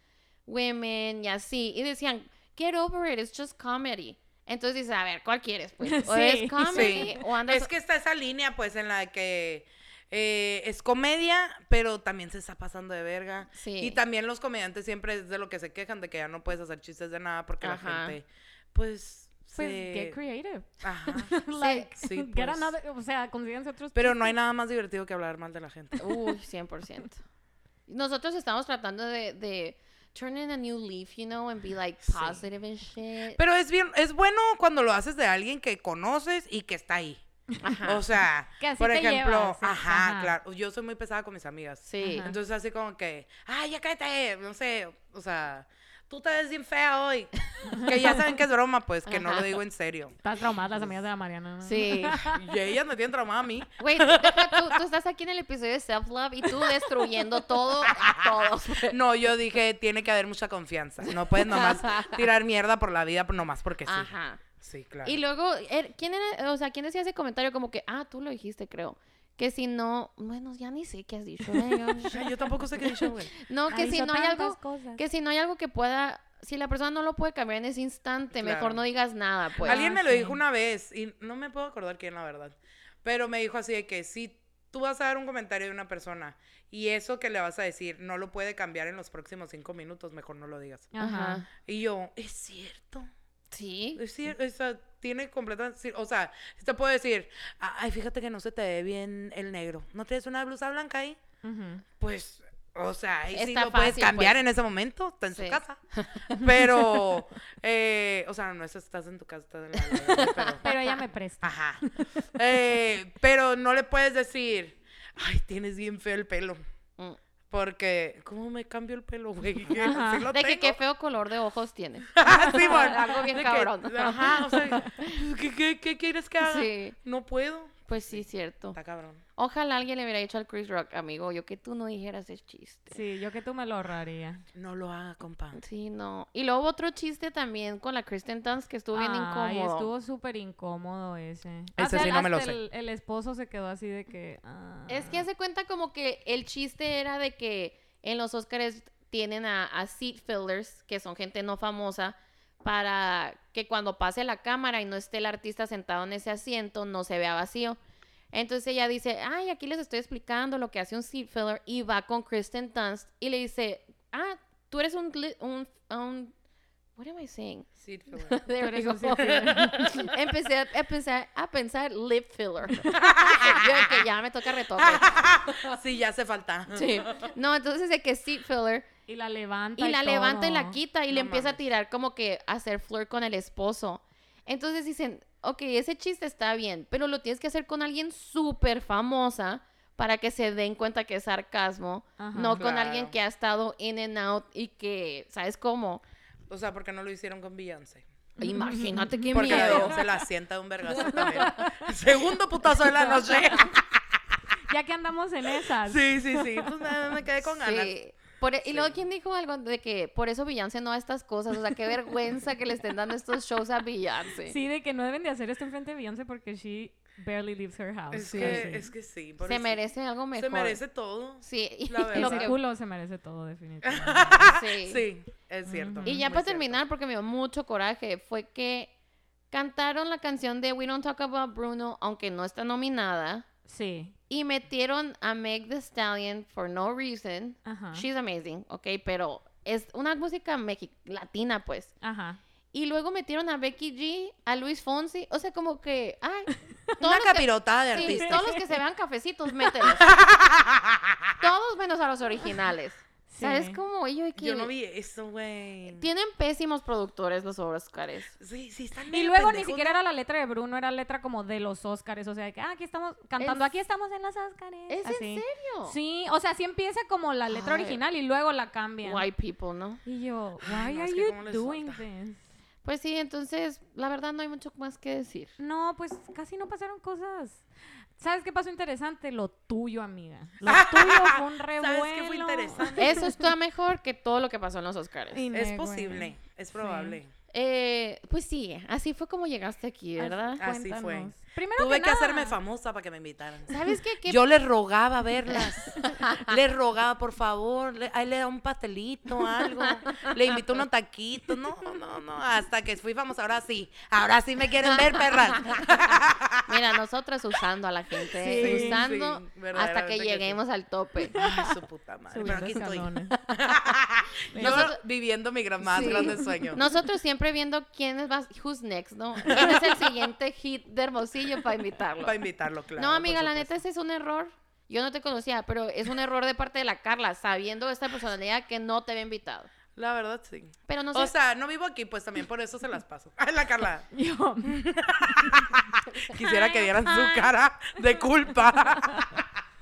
Speaker 2: women y así? Y decían, get over it, it's just comedy. Entonces dices, a ver, ¿cuál quieres? Pues? O
Speaker 4: Sí,
Speaker 2: es comedy
Speaker 3: Sí.
Speaker 2: o andas...
Speaker 3: Es que está esa línea, pues, en la que eh, es comedia, pero también se está pasando de verga.
Speaker 2: Sí.
Speaker 3: Y también los comediantes siempre es de lo que se quejan, de que ya no puedes hacer chistes de nada porque
Speaker 2: Ajá.
Speaker 3: la gente, pues,
Speaker 4: Pues
Speaker 3: se...
Speaker 4: get creative.
Speaker 3: Ajá.
Speaker 4: Like,
Speaker 3: Sí,
Speaker 4: get
Speaker 3: pues.
Speaker 4: another- o sea, consíguense otros.
Speaker 3: Pero no hay nada más divertido que hablar mal de la gente.
Speaker 2: Uy, 100%. Nosotros estamos tratando de, de turn in a new leaf, you know, and be like
Speaker 3: Sí.
Speaker 2: positive and shit.
Speaker 3: Pero es bien, es bueno cuando lo haces de alguien que conoces y que está ahí.
Speaker 2: Ajá.
Speaker 3: O sea,
Speaker 4: Que así
Speaker 3: por
Speaker 4: te
Speaker 3: ejemplo,
Speaker 4: llevas, sí,
Speaker 3: ajá,
Speaker 4: ajá.
Speaker 3: claro. Yo soy muy pesada con mis amigas.
Speaker 2: Sí.
Speaker 4: Ajá.
Speaker 3: Entonces así como que, ay, ya cállate, no sé, o sea, tú te ves bien fea hoy. que ya saben que es broma, pues, que no
Speaker 2: Ajá.
Speaker 3: lo digo en serio.
Speaker 4: Estás traumadas las amigas de la Mariana. ¿no?
Speaker 2: Sí.
Speaker 3: Y ellas me tienen traumada a mí.
Speaker 2: Güey, tú, deja tú, tú estás aquí en el episodio de Self Love y tú destruyendo todo a todos.
Speaker 3: No, yo dije, tiene que haber mucha confianza. No puedes nomás tirar mierda por la vida, nomás porque sí.
Speaker 2: Ajá.
Speaker 3: Sí, claro.
Speaker 2: Y luego, er, ¿quién era, o sea, quién decía ese comentario como que, ah, tú lo dijiste, creo? Que si no, bueno, ya ni sé qué has dicho. ¿eh?
Speaker 3: Ay, yo tampoco sé qué he dicho, güey.
Speaker 2: No, que
Speaker 4: Ah,
Speaker 2: si
Speaker 4: hizo
Speaker 2: no hay
Speaker 4: tantas
Speaker 2: algo,
Speaker 4: cosas.
Speaker 2: que si no hay algo que pueda, si la persona no lo puede cambiar en ese instante, mejor
Speaker 3: Claro.
Speaker 2: no digas nada, pues.
Speaker 3: Alguien
Speaker 4: Ah,
Speaker 3: me lo
Speaker 4: sí.
Speaker 3: dijo una vez y no me puedo acordar quién, la verdad. Pero me dijo así de que si tú vas a dar un comentario de una persona y eso que le vas a decir no lo puede cambiar en los próximos cinco minutos, mejor no lo digas.
Speaker 4: Ajá.
Speaker 2: Ajá.
Speaker 3: Y yo, es cierto.
Speaker 2: Sí.
Speaker 3: Es cierto. O sea, tiene completamente. sí, O sea, te puedo decir, ay, fíjate que no se te ve bien el negro. ¿No tienes una blusa blanca ahí?
Speaker 4: Ujú.
Speaker 3: Pues, o sea, ahí sí
Speaker 2: Está
Speaker 3: lo puedes
Speaker 2: fácil,
Speaker 3: cambiar
Speaker 2: pues.
Speaker 3: en ese momento, está en
Speaker 2: Sí.
Speaker 3: su casa. Pero, eh, o sea, no es- estás en tu casa, estás en la- la. la- pero-
Speaker 4: Pero ella me presta.
Speaker 3: Ajá. Eh, pero no le puedes decir, ay, tienes bien feo el pelo.
Speaker 2: Mm.
Speaker 3: Porque, ¿cómo me cambio el pelo, güey? Sí
Speaker 4: Ajá.
Speaker 3: lo
Speaker 2: De que qué
Speaker 3: tengo. Ah,
Speaker 2: feo color de ojos tienes.
Speaker 3: Sí, mon.
Speaker 2: Algo bien
Speaker 3: De que,
Speaker 2: cabrón.
Speaker 3: Ajá, o sea, pues, ¿qué, qué, qué quieres que haga?
Speaker 2: Sí.
Speaker 3: No puedo.
Speaker 2: Pues sí, cierto.
Speaker 3: Está cabrón.
Speaker 2: Ojalá alguien le hubiera dicho al Chris Rock, amigo, yo que tú no dijeras ese chiste.
Speaker 4: Sí, yo que tú me lo ahorraría.
Speaker 3: No lo haga, compa.
Speaker 2: Sí, no. Y luego hubo otro chiste también con la Kristen Dunst que estuvo bien
Speaker 4: Ay,
Speaker 2: incómodo.
Speaker 4: estuvo súper incómodo ese.
Speaker 3: Ese
Speaker 4: Hasta
Speaker 3: sí
Speaker 4: el-
Speaker 3: no me lo
Speaker 4: hasta
Speaker 3: sé.
Speaker 4: El, el esposo se quedó así de que. ah.
Speaker 2: Es que hace cuenta como que el chiste era de que En los Oscars tienen a, a seat fillers, que son gente no famosa, para que cuando pase la cámara y no esté el artista sentado en ese asiento, no se vea vacío. Entonces ella dice, ay, aquí les estoy explicando lo que hace un seat filler y va con Kristen Dunst y le dice, ah, tú eres un, gli- un, un what am I saying?
Speaker 3: Sí, filler.
Speaker 2: There
Speaker 4: Tú eres
Speaker 2: we
Speaker 4: un
Speaker 2: go.
Speaker 4: seat filler.
Speaker 2: Empecé a, a pensar, a pensar lip filler. Yo de que ya me toca retoque.
Speaker 3: sí, ya hace falta.
Speaker 2: Sí. No, entonces de que seat filler
Speaker 4: Y la levanta.
Speaker 2: y la levanta y la
Speaker 4: todo.
Speaker 2: quita y le
Speaker 3: No
Speaker 2: empieza a
Speaker 3: mames.
Speaker 2: tirar como que a hacer flirt con el esposo. Entonces dicen, ok, ese chiste está bien, pero lo tienes que hacer con alguien súper famosa para que se den cuenta que es sarcasmo,
Speaker 4: Ajá.
Speaker 2: no con alguien
Speaker 3: Claro.
Speaker 2: que ha estado in and out y que, ¿sabes cómo?
Speaker 3: O sea, porque no lo hicieron con Beyoncé.
Speaker 2: Imagínate qué
Speaker 3: Porque la
Speaker 2: miedo.
Speaker 3: Beyoncé la sienta de un vergazo también. Segundo putazo de la noche.
Speaker 4: Ya que andamos en esas.
Speaker 3: Sí, sí, sí. Pues nada, me quedé con ganas.
Speaker 2: Sí. Por- e, Y luego,
Speaker 3: Sí.
Speaker 2: ¿quién dijo algo de que por eso Beyoncé no a estas cosas? O sea, qué vergüenza que le estén dando estos shows a Beyoncé.
Speaker 4: Sí, de que no deben de hacer esto enfrente de Beyoncé porque she barely leaves her house.
Speaker 3: Es,
Speaker 2: Sí.
Speaker 3: que, es que sí.
Speaker 2: se
Speaker 3: pobrecita.
Speaker 2: merece algo mejor.
Speaker 3: Se merece todo.
Speaker 2: Sí, y
Speaker 3: La verdad.
Speaker 2: lo
Speaker 4: Ese
Speaker 2: que-
Speaker 4: culo se merece todo, definitivamente.
Speaker 2: sí.
Speaker 3: Sí, es cierto.
Speaker 2: Y ya para
Speaker 3: muy cierto.
Speaker 2: terminar, porque me dio mucho coraje, fue que cantaron la canción de We Don't Talk About Bruno, aunque no está nominada,
Speaker 4: Sí.
Speaker 2: y metieron a Meg The Stallion for no reason.
Speaker 4: Ajá.
Speaker 2: She's amazing, ok, pero es una música mexi- latina, pues.
Speaker 4: Ajá.
Speaker 2: Y luego metieron a Becky G, a Luis Fonsi. O sea, como que. Ay, todos,
Speaker 3: Una
Speaker 2: los que,
Speaker 3: capirotada de
Speaker 2: sí,
Speaker 3: artista.
Speaker 2: todos los que se vean cafecitos, mételos. todos menos a los originales.
Speaker 4: Sí.
Speaker 2: ¿Sabes cómo? Y yo, de que
Speaker 3: Yo no vi eso, güey.
Speaker 2: Tienen pésimos productores los Oscars.
Speaker 3: Sí, sí, están
Speaker 4: Y
Speaker 3: medio
Speaker 4: luego ni
Speaker 3: pendejos,
Speaker 4: siquiera
Speaker 3: ¿no?
Speaker 4: era la letra de Bruno, era letra como de los Óscares. O sea, que ah, aquí estamos cantando,
Speaker 2: Es-
Speaker 4: aquí estamos en los Óscares.
Speaker 3: Ah,
Speaker 2: ¿Es en
Speaker 4: Así.
Speaker 2: serio?
Speaker 4: Sí, o sea, sí empieza como la letra
Speaker 2: Ay.
Speaker 4: original y luego la cambian.
Speaker 2: White people, ¿no?
Speaker 4: Y yo, why
Speaker 3: Ay, no,
Speaker 4: are
Speaker 3: es que cómo
Speaker 4: you
Speaker 3: les
Speaker 4: doing
Speaker 3: falta.
Speaker 4: this?
Speaker 2: Pues sí, entonces, la verdad no hay mucho más que decir.
Speaker 4: No, pues casi no pasaron cosas. ¿Sabes qué pasó interesante? Lo tuyo, amiga. Lo tuyo fue un revuelo.
Speaker 3: ¿Sabes qué fue interesante?
Speaker 2: Eso está mejor que todo lo que pasó en los Oscars.
Speaker 4: Y
Speaker 3: Es
Speaker 4: negro,
Speaker 3: posible, es probable.
Speaker 2: Eh, pues sí, así fue como llegaste aquí,
Speaker 4: eh.
Speaker 2: ¿verdad?
Speaker 3: Así fue.
Speaker 4: Cuéntanos. Primero
Speaker 3: Tuve que
Speaker 4: nada,
Speaker 3: hacerme famosa para que me invitaran.
Speaker 2: ¿Sabes qué? ¿Qué
Speaker 3: Yo les rogaba verlas. les rogaba, por favor, le, ahí le da un pastelito, algo. Le invito unos taquitos. No, no, no. Hasta que fui famosa. Ahora sí. Ahora sí me quieren ver, perras.
Speaker 2: Mira, nosotras usando a la gente,
Speaker 3: Sí,
Speaker 2: usando
Speaker 3: sí,
Speaker 2: hasta
Speaker 3: verdaderamente
Speaker 2: que
Speaker 3: que sí.
Speaker 2: lleguemos al tope.
Speaker 3: Ay, su puta madre.
Speaker 4: subiendo
Speaker 3: Pero aquí estoy.
Speaker 4: escalones.
Speaker 3: Yo
Speaker 2: Nosotros-
Speaker 3: viviendo mi gran- más
Speaker 2: Sí.
Speaker 3: grande sueño.
Speaker 2: Nosotros siempre viendo quién es más, who's next, ¿no? ¿Quién es el siguiente hit de Hermosillo para invitarlo?
Speaker 3: Para invitarlo, claro.
Speaker 2: no, amiga,
Speaker 3: por
Speaker 2: la
Speaker 3: supuesto.
Speaker 2: neta ese es un error. Yo no te conocía, pero es un error de parte de la Carla, sabiendo esta personalidad que no te había invitado.
Speaker 3: La verdad, sí.
Speaker 2: Pero no
Speaker 3: O
Speaker 2: sé,
Speaker 3: sea, no vivo aquí, pues también por eso se las paso. Ay, la Carla.
Speaker 4: Yo,
Speaker 3: Quisiera que vieran su cara de culpa.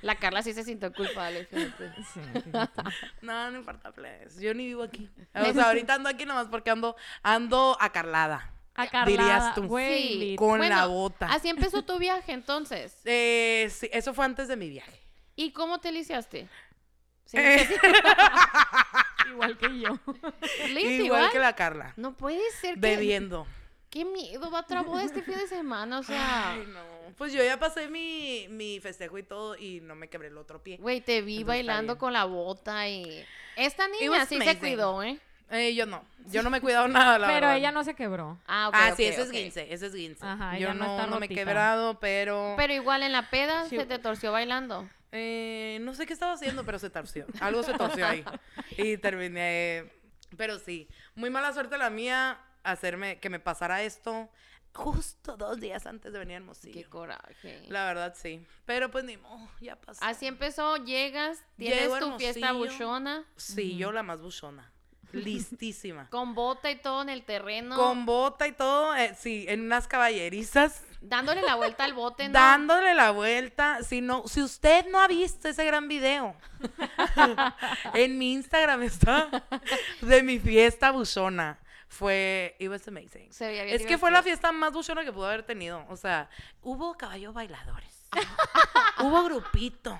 Speaker 2: la Carla sí se sintió culpable. fíjate.
Speaker 4: sí, fíjate.
Speaker 3: No, no importa, please. Yo ni vivo aquí. O sea, ahorita ando aquí nomás porque ando, ando acarlada.
Speaker 4: Acarlada,
Speaker 3: tú.
Speaker 4: güey,
Speaker 2: Sí.
Speaker 4: lit-
Speaker 3: Con la
Speaker 2: Bueno,
Speaker 3: bota.
Speaker 2: Así empezó tu viaje entonces.
Speaker 3: Eh, sí, eso fue antes de mi viaje.
Speaker 2: ¿Y cómo te lisiaste? ¿Sí?
Speaker 3: Eh,
Speaker 4: igual que yo.
Speaker 2: ¿Lis
Speaker 3: igual,
Speaker 2: igual?
Speaker 3: que la Carla.
Speaker 2: No puede ser que...
Speaker 3: Bebiendo.
Speaker 2: Qué miedo, va a otra boda este fin de semana, o sea...
Speaker 3: Ay, no. Pues yo ya pasé mi, mi festejo y todo y no me quebré el otro pie.
Speaker 2: Güey, te vi
Speaker 3: Entonces,
Speaker 2: bailando
Speaker 3: está bien.
Speaker 2: con la bota y... Esta niña
Speaker 3: was
Speaker 2: sí se
Speaker 3: amazing.
Speaker 2: cuidó, ¿eh?
Speaker 3: Eh, yo no. Yo no me he cuidado nada, la
Speaker 4: Pero
Speaker 3: verdad.
Speaker 4: ella no se quebró.
Speaker 2: Ah, ok,
Speaker 3: ah, sí,
Speaker 2: ok,
Speaker 3: eso
Speaker 2: ok.
Speaker 3: es guince, eso es guince.
Speaker 4: Ajá,
Speaker 3: yo
Speaker 4: ella no
Speaker 3: no,
Speaker 4: está
Speaker 3: no me he
Speaker 4: rotita.
Speaker 3: quebrado, pero...
Speaker 2: Pero igual en la peda
Speaker 4: Sí.
Speaker 2: se te torció bailando.
Speaker 3: Eh, no sé qué estaba haciendo, pero se torció. Algo se torció ahí. Y terminé. Pero sí, muy mala suerte la mía hacerme que me pasara esto justo dos días antes de venir a
Speaker 2: Qué
Speaker 3: Hermosillo.
Speaker 2: coraje.
Speaker 3: La verdad, sí. Pero pues ni modo, ya pasó.
Speaker 4: Ah,
Speaker 2: Así empezó, llegas, tienes
Speaker 3: Llego a
Speaker 2: tu fiesta
Speaker 3: Hermosillo.
Speaker 2: buchona,
Speaker 3: Sí, yo la más buchona. Listísima.
Speaker 2: con bota y todo en el terreno,
Speaker 3: Con bota y todo, eh, sí, en unas caballerizas.
Speaker 2: dándole la vuelta al bote,
Speaker 4: Este,
Speaker 2: ¿no?
Speaker 3: dándole la vuelta. Si, no, si usted no ha visto ese gran video, en mi Instagram está de mi fiesta buchona. Fue, it was amazing.
Speaker 2: Se veía bien
Speaker 3: Es que fue la
Speaker 2: divertido.
Speaker 3: fiesta más buchona que pudo haber tenido. O sea, hubo caballos bailadores. hubo grupito.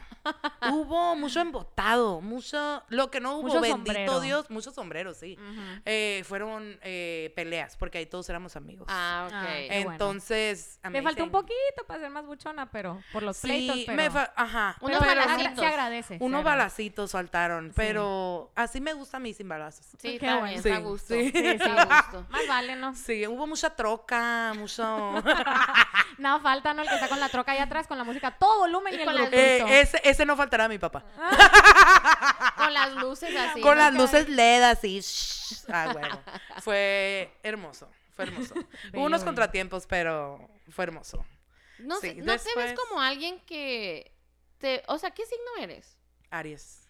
Speaker 3: hubo mucho embotado, mucho, lo que no hubo,
Speaker 4: Mucho
Speaker 3: bendito
Speaker 4: sombrero. Mm.
Speaker 3: Dios, muchos sombreros, sí. Eh, fueron eh, peleas, porque ahí todos éramos amigos.
Speaker 2: Ah, ok.
Speaker 4: Ah, qué bueno.
Speaker 3: Entonces,
Speaker 4: Me faltó un
Speaker 3: amazing.
Speaker 4: poquito para ser más buchona, pero por los
Speaker 3: Sí,
Speaker 4: pleitos, pero...
Speaker 3: me fa- ajá.
Speaker 2: Unos
Speaker 4: pero agra-
Speaker 2: balacitos.
Speaker 4: Se agradece. se
Speaker 3: Unos
Speaker 4: agradece.
Speaker 3: balacitos saltaron, pero así me gusta a mí sin balazos.
Speaker 2: Sí,
Speaker 4: Qué
Speaker 2: está
Speaker 4: bueno.
Speaker 2: bien, está a
Speaker 3: Sí,
Speaker 2: gusto.
Speaker 3: sí.
Speaker 2: Sí, está a gusto.
Speaker 4: Más vale, ¿no?
Speaker 3: Sí, hubo mucha troca, mucho...
Speaker 4: No, falta, ¿no? El que está con la troca allá atrás, con la música a todo volumen y,
Speaker 2: Y
Speaker 4: el
Speaker 2: con las-
Speaker 4: grupito.
Speaker 3: Eh, ese, ese no faltará a mi papá.
Speaker 2: Con las luces así.
Speaker 3: Con las
Speaker 2: ¿no?
Speaker 3: luces LED así. shh. Ah, bueno. Fue hermoso, fue hermoso. Hubo unos
Speaker 4: Bello.
Speaker 3: contratiempos, pero fue hermoso.
Speaker 2: No,
Speaker 3: Sí,
Speaker 2: sé- no te
Speaker 3: después-
Speaker 2: ves como alguien que te... O sea, ¿qué signo eres?
Speaker 3: Aries.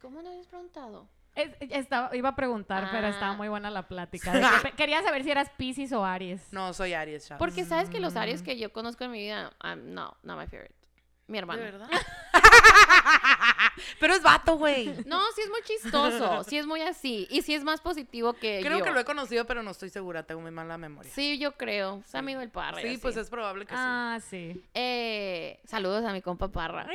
Speaker 2: ¿Cómo no habías preguntado?
Speaker 4: Es- estaba- iba a preguntar, pero
Speaker 2: Ah.
Speaker 4: estaba muy buena la plática. de que pe- quería saber si eras Pisces o Aries.
Speaker 3: No, soy Aries, chavos.
Speaker 2: Porque sabes que los Aries
Speaker 4: Mm.
Speaker 2: que yo conozco en mi vida, um, no, not my favorite. Mi hermano.
Speaker 3: pero es vato, güey.
Speaker 2: No, sí es muy chistoso, sí es muy así y sí es más positivo que
Speaker 3: Creo
Speaker 2: yo.
Speaker 3: que lo he conocido, pero no estoy segura. Tengo muy mala memoria. Sí,
Speaker 2: Sí, yo creo. Es amigo del Parra. y así.
Speaker 3: pues es probable que
Speaker 4: Ah, sí.
Speaker 2: Eh, saludos a mi compa Parra.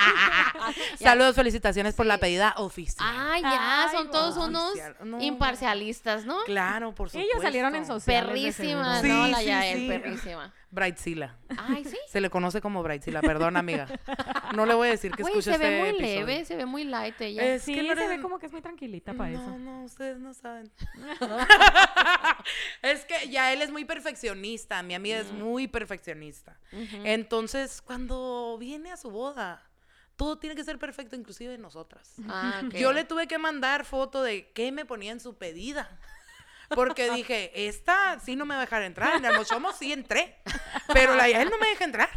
Speaker 3: sí. Saludos, felicitaciones por la pedida oficial.
Speaker 2: Ah, ya,
Speaker 4: Ay,
Speaker 2: son todos
Speaker 4: guau.
Speaker 2: unos
Speaker 3: Oficial. No.
Speaker 2: imparcialistas, ¿no?
Speaker 3: Claro, por supuesto.
Speaker 4: Ellos salieron en sociales. de
Speaker 2: Perrísima,
Speaker 4: seguro.
Speaker 2: ¿no?
Speaker 3: Sí,
Speaker 2: La
Speaker 3: sí,
Speaker 2: Yael,
Speaker 3: sí.
Speaker 2: perrísima.
Speaker 3: Brightzilla.
Speaker 2: Ay, sí.
Speaker 3: Se le conoce como Brightzilla. Perdón, amiga. No le voy a decir que
Speaker 2: Güey,
Speaker 3: escuche
Speaker 2: se ve
Speaker 3: este
Speaker 2: muy
Speaker 3: episodio.
Speaker 2: leve, se ve muy light ella.
Speaker 3: Es
Speaker 4: Sí,
Speaker 3: que
Speaker 4: se ve
Speaker 3: Loren-
Speaker 4: como que es muy tranquilita para
Speaker 3: no,
Speaker 4: eso.
Speaker 3: no, ustedes no saben. es que ya él es muy perfeccionista, mi amiga
Speaker 2: Mm.
Speaker 3: es muy perfeccionista.
Speaker 2: Ujú.
Speaker 3: Entonces, cuando viene a su boda, todo tiene que ser perfecto, inclusive nosotras.
Speaker 2: Ah, ok.
Speaker 3: Yo le tuve que mandar foto de qué me ponía en su pedida. Porque dije, esta sí no me va a dejar entrar. En el Mochomo sí entré. Pero la Yael no me deja entrar.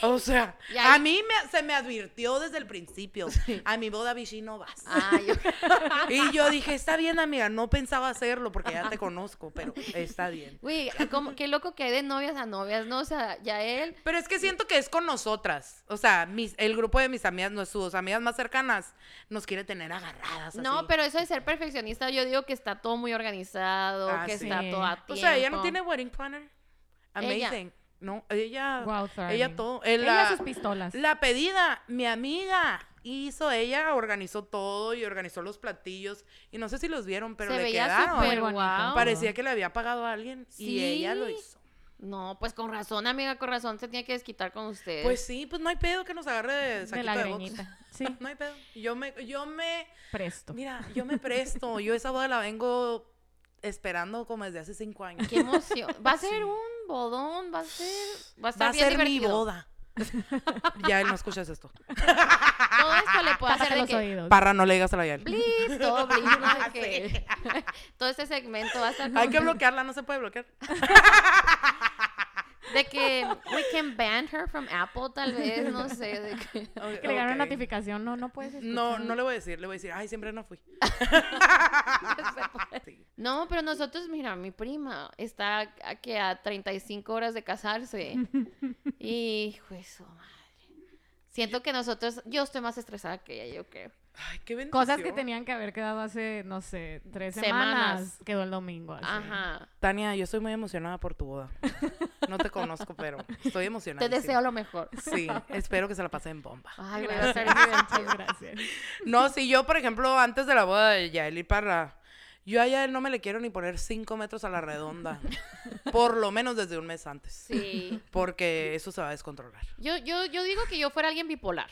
Speaker 3: O sea,
Speaker 2: Y ahí-
Speaker 3: a mí me- se me advirtió desde el principio. A mi boda Vichy no vas.
Speaker 2: Ah, yo...
Speaker 3: Y yo dije, está bien, amiga, no pensaba hacerlo porque ya te conozco, pero está bien.
Speaker 2: Güey, ah, como- qué loco que hay de novias a novias, ¿no? O sea, Yael,
Speaker 3: Pero es que siento que es con nosotras. O sea, mis, el grupo de mis amigas, no, sus amigas más cercanas, nos quiere tener agarradas.
Speaker 2: No,
Speaker 3: así.
Speaker 2: pero eso de ser perfeccionista, yo digo que está todo muy organizado,
Speaker 3: Ah,
Speaker 2: que
Speaker 3: sí.
Speaker 2: está todo a tiempo.
Speaker 3: O sea, ella no tiene wedding planner.
Speaker 2: Ella.
Speaker 3: Amazing. No, ella.
Speaker 4: Wow,
Speaker 3: ella
Speaker 4: Thurman.
Speaker 3: todo. eh,
Speaker 4: Ella
Speaker 3: la,
Speaker 4: sus pistolas.
Speaker 3: la pedida, mi amiga hizo, ella organizó todo y organizó los platillos. Y no sé si los vieron, pero
Speaker 2: Se
Speaker 3: le
Speaker 2: veía
Speaker 3: quedaron.
Speaker 2: súper
Speaker 4: Muy bonito.
Speaker 2: guau.
Speaker 3: Parecía que le había pagado a alguien y
Speaker 2: Sí.
Speaker 3: ella lo hizo.
Speaker 2: No, pues con razón, amiga, con razón se tiene que desquitar con ustedes.
Speaker 3: Pues sí, pues no hay pedo que nos agarre de
Speaker 4: de
Speaker 3: saquito
Speaker 4: la
Speaker 3: de, box.
Speaker 4: greñita. Sí,
Speaker 3: No hay pedo. Yo me, yo me,
Speaker 4: presto.
Speaker 3: mira, yo me presto. Yo esa boda la vengo esperando como desde hace cinco años.
Speaker 2: Qué emoción. Va a ser un bodón, va a ser, va a estar
Speaker 3: Va a
Speaker 2: bien
Speaker 3: ser mi
Speaker 2: divertido.
Speaker 3: boda. ya él no escuchas esto.
Speaker 2: Todo esto le puede hacer
Speaker 4: Tápate
Speaker 2: de
Speaker 4: los
Speaker 2: que
Speaker 4: oídos.
Speaker 3: Parra, no le digas a la Yael.
Speaker 2: please, todo brillo, no sé qué. Todo este segmento va a estar
Speaker 3: Hay
Speaker 2: como
Speaker 3: que bloquearla, no se puede bloquear.
Speaker 2: de que we can ban her from Apple tal vez, no sé, de que
Speaker 4: que le ganaron
Speaker 3: Ok.
Speaker 4: notificación. No, no puedes escuchar.
Speaker 3: No, no le voy a decir, le voy a decir, ay, siempre no fui. Sí.
Speaker 2: No, pero nosotros, mira, mi prima está a, que a 35 horas de casarse. y, hijo de su madre. Siento que nosotros, yo estoy más estresada que ella, yo creo.
Speaker 3: Ay, qué bendición.
Speaker 4: Cosas que tenían que haber quedado hace, no sé, tres semanas.
Speaker 2: Semanas.
Speaker 4: Quedó el domingo. así.
Speaker 2: Ajá.
Speaker 3: Tania, yo estoy muy emocionada por tu boda. No te conozco, pero estoy emocionada.
Speaker 2: Te deseo lo mejor.
Speaker 3: Sí, espero que se la pasen bomba.
Speaker 2: Ay, güey, va a
Speaker 4: Gracias,
Speaker 2: ser
Speaker 4: muchas
Speaker 2: divertido.
Speaker 4: gracias.
Speaker 3: No, si yo, por ejemplo, antes de la boda de Yael y Parra, yo a Yael no me le quiero ni poner cinco metros a la redonda. Por lo menos desde un mes antes.
Speaker 2: Sí.
Speaker 3: Porque eso se va a descontrolar.
Speaker 2: Yo, yo, yo digo que yo fuera alguien bipolar.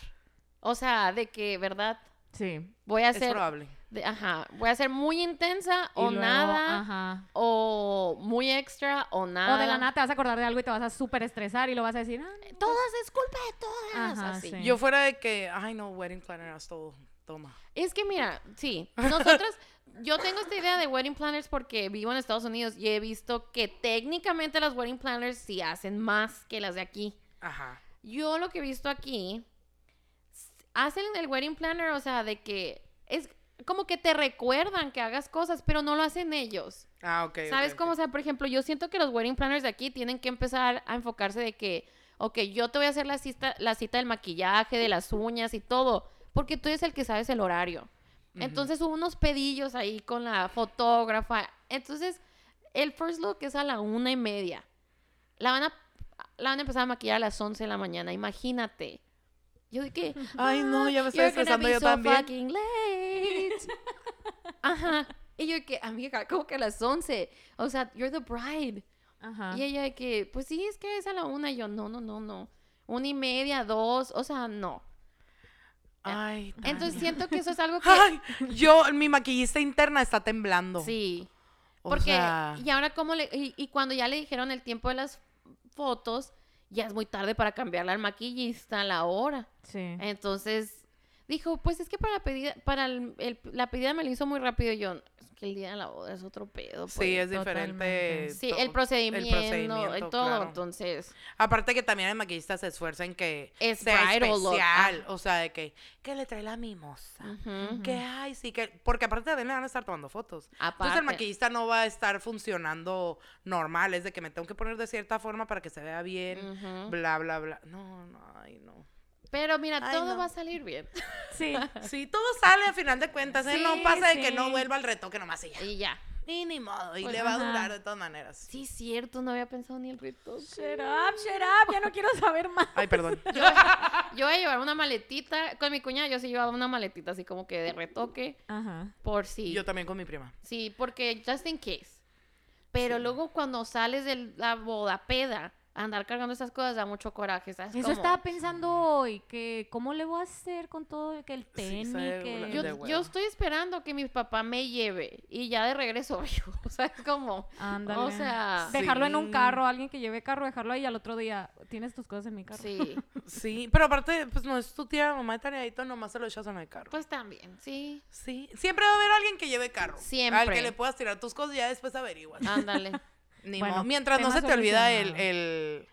Speaker 2: O sea, de que, ¿verdad?
Speaker 4: Sí.
Speaker 2: Voy a
Speaker 3: Es
Speaker 2: ser,
Speaker 3: probable.
Speaker 2: de- ajá, voy a ser muy intensa
Speaker 4: Y
Speaker 2: o
Speaker 4: luego,
Speaker 2: nada,
Speaker 4: Ajá.
Speaker 2: o muy extra o nada.
Speaker 4: O de la nada te vas a acordar de algo y te vas a súper estresar y lo vas a decir, ah,
Speaker 2: Todas es culpa de todas.
Speaker 4: Ajá,
Speaker 2: así.
Speaker 4: sí.
Speaker 3: Yo fuera de que, ay no, wedding planner, haz todo. Toma.
Speaker 2: Es que mira, sí, nosotros, yo tengo esta idea de wedding planners porque vivo en Estados Unidos y he visto que técnicamente las wedding planners sí hacen más que las de aquí.
Speaker 3: Ajá.
Speaker 2: Yo lo que he visto aquí, s- hacen el wedding planner, o sea, de que es como que te recuerdan que hagas cosas, pero no lo hacen ellos.
Speaker 3: Ah, ok.
Speaker 2: ¿Sabes
Speaker 3: ok, ok.
Speaker 2: cómo? O sea, por ejemplo, yo siento que los wedding planners de aquí tienen que empezar a enfocarse de que, ok, yo te voy a hacer la cita, la cita del maquillaje, de las uñas y todo, porque tú eres el que sabes el horario. Entonces hubo unos pedillos ahí con la fotógrafa. Entonces, el first look es a la una y media. La van a, la van a empezar a maquillar a las once de la mañana, imagínate. Yo de que.
Speaker 3: Ay, no, ya me estoy
Speaker 2: "You're gonna
Speaker 3: estresando
Speaker 2: be
Speaker 3: yo
Speaker 2: so
Speaker 3: también".
Speaker 2: fucking late. Ajá. Y yo de que, amiga, como que a las 11. O sea, you're the bride.
Speaker 4: Ajá.
Speaker 3: Ah.
Speaker 2: Y ella de que, pues sí, es que es a la una. Y yo, no, no, no, no. Una y media, dos. O sea, no.
Speaker 3: Ay,
Speaker 2: Entonces siento que eso es algo que.
Speaker 3: Ah, Ay, yo, mi maquillista interna está temblando.
Speaker 2: Sí.
Speaker 3: O
Speaker 2: Porque,
Speaker 3: sea,
Speaker 2: y ahora como le, y, y cuando ya le dijeron el tiempo de las fotos, ya es muy tarde para cambiarla al maquillista, la hora.
Speaker 4: Sí.
Speaker 2: Entonces, dijo, pues es que para, la pedida, para el- el- la pedida me la hizo muy rápido y yo, es que el día de la boda es otro pedo.
Speaker 3: sí,
Speaker 2: pues".
Speaker 3: es diferente.
Speaker 4: totalmente.
Speaker 2: Sí,
Speaker 3: todo-
Speaker 2: el procedimiento, el
Speaker 3: procedimiento,
Speaker 2: todo.
Speaker 3: claro.
Speaker 2: Entonces,
Speaker 3: Aparte que también el maquillista se esfuerza en que
Speaker 2: Es
Speaker 3: sea
Speaker 2: bridal look,
Speaker 3: especial. O sea, de que, que le trae la mimosa.
Speaker 2: ah, ujú,
Speaker 3: Que ay, sí, que. Porque aparte también le van a estar tomando fotos. Entonces
Speaker 2: aparte.
Speaker 3: el maquillista no va a estar funcionando normal. Es de que me tengo que poner de cierta forma para que se vea bien.
Speaker 2: ujú.
Speaker 3: Bla, bla, bla. No, no, ay, no.
Speaker 2: Pero mira,
Speaker 3: Ay,
Speaker 2: todo
Speaker 3: no.
Speaker 2: va a salir bien.
Speaker 4: Sí.
Speaker 3: Sí, todo sale a final de cuentas. ¿eh? no
Speaker 4: Sí,
Speaker 3: pasa de que no
Speaker 4: sí.
Speaker 3: vuelva al retoque nomás y ya.
Speaker 2: Y ya.
Speaker 3: Y ni modo. Y
Speaker 4: Pues,
Speaker 3: le va a
Speaker 4: ajá.
Speaker 3: durar de todas maneras.
Speaker 2: Sí, cierto, no había pensado ni el retoque.
Speaker 4: Shut up, shut up. Ya no quiero saber más.
Speaker 3: Ay, perdón.
Speaker 2: Yo voy a llevar una maletita. Con mi cuñada yo sí llevaba una maletita así como que de retoque.
Speaker 4: Ajá.
Speaker 2: Por si.
Speaker 3: Yo también con mi prima.
Speaker 2: Sí, porque just in case. Pero luego cuando sales de la boda peda, andar cargando esas cosas da mucho coraje, ¿sabes?
Speaker 4: Eso
Speaker 2: Como-
Speaker 4: estaba pensando hoy, que cómo le voy a hacer con todo que el tenis,
Speaker 3: sabe,
Speaker 4: que...
Speaker 3: la-
Speaker 2: Yo,
Speaker 3: de
Speaker 2: yo
Speaker 3: hueva.
Speaker 2: estoy esperando que mi papá me lleve y ya de regreso yo. O sea, es como...
Speaker 4: Ándale.
Speaker 2: O sea...
Speaker 4: Dejarlo en un
Speaker 3: Sí.
Speaker 4: carro, alguien que lleve carro, dejarlo ahí y al otro día, tienes tus cosas en mi carro.
Speaker 2: Sí.
Speaker 3: Sí, pero aparte, pues no es tu tía, mamá de tareadito, nomás se lo echas en el carro.
Speaker 2: Pues también, sí.
Speaker 3: Sí, siempre va a haber alguien que lleve carro.
Speaker 2: Siempre.
Speaker 3: Al que le puedas tirar tus cosas y ya después averiguas.
Speaker 2: Ándale.
Speaker 3: Ni
Speaker 4: Bueno,
Speaker 3: modo. Mientras no
Speaker 4: tema
Speaker 3: se te olvida el,
Speaker 4: solucionado.
Speaker 3: el,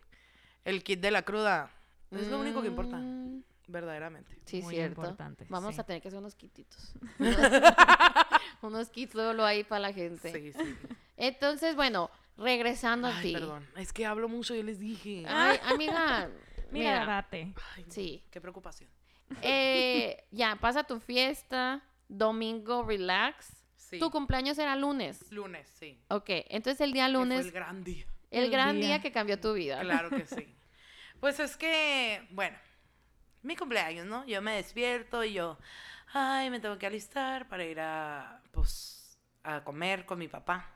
Speaker 3: el kit de la cruda. Es lo único que importa,
Speaker 2: Mm,
Speaker 3: verdaderamente.
Speaker 2: Sí,
Speaker 4: Muy
Speaker 2: cierto.
Speaker 4: importante,
Speaker 2: Vamos
Speaker 4: sí.
Speaker 2: a tener que hacer unos quititos. unos kits luego lo hay para la gente.
Speaker 3: Sí, sí.
Speaker 2: Entonces, bueno, regresando a
Speaker 3: Ay,
Speaker 2: ti.
Speaker 3: perdón. Es que hablo mucho, yo les dije.
Speaker 2: Ay, amiga,
Speaker 4: Mira,
Speaker 2: mira,
Speaker 4: date.
Speaker 3: Ay,
Speaker 2: sí.
Speaker 3: Qué preocupación.
Speaker 2: Eh, ya, pasa tu fiesta, domingo relax.
Speaker 3: Sí.
Speaker 2: Tu cumpleaños era lunes.
Speaker 3: Lunes, sí. que
Speaker 2: Ok, entonces el día
Speaker 3: fue
Speaker 2: lunes,
Speaker 3: el gran día.
Speaker 2: el,
Speaker 4: El
Speaker 2: gran
Speaker 4: día.
Speaker 2: día. que cambió tu vida.
Speaker 3: Claro que sí. Pues es que, bueno, mi cumpleaños, ¿no? Yo me despierto y yo, ay, me tengo que alistar para ir a, pues, a comer con mi papá.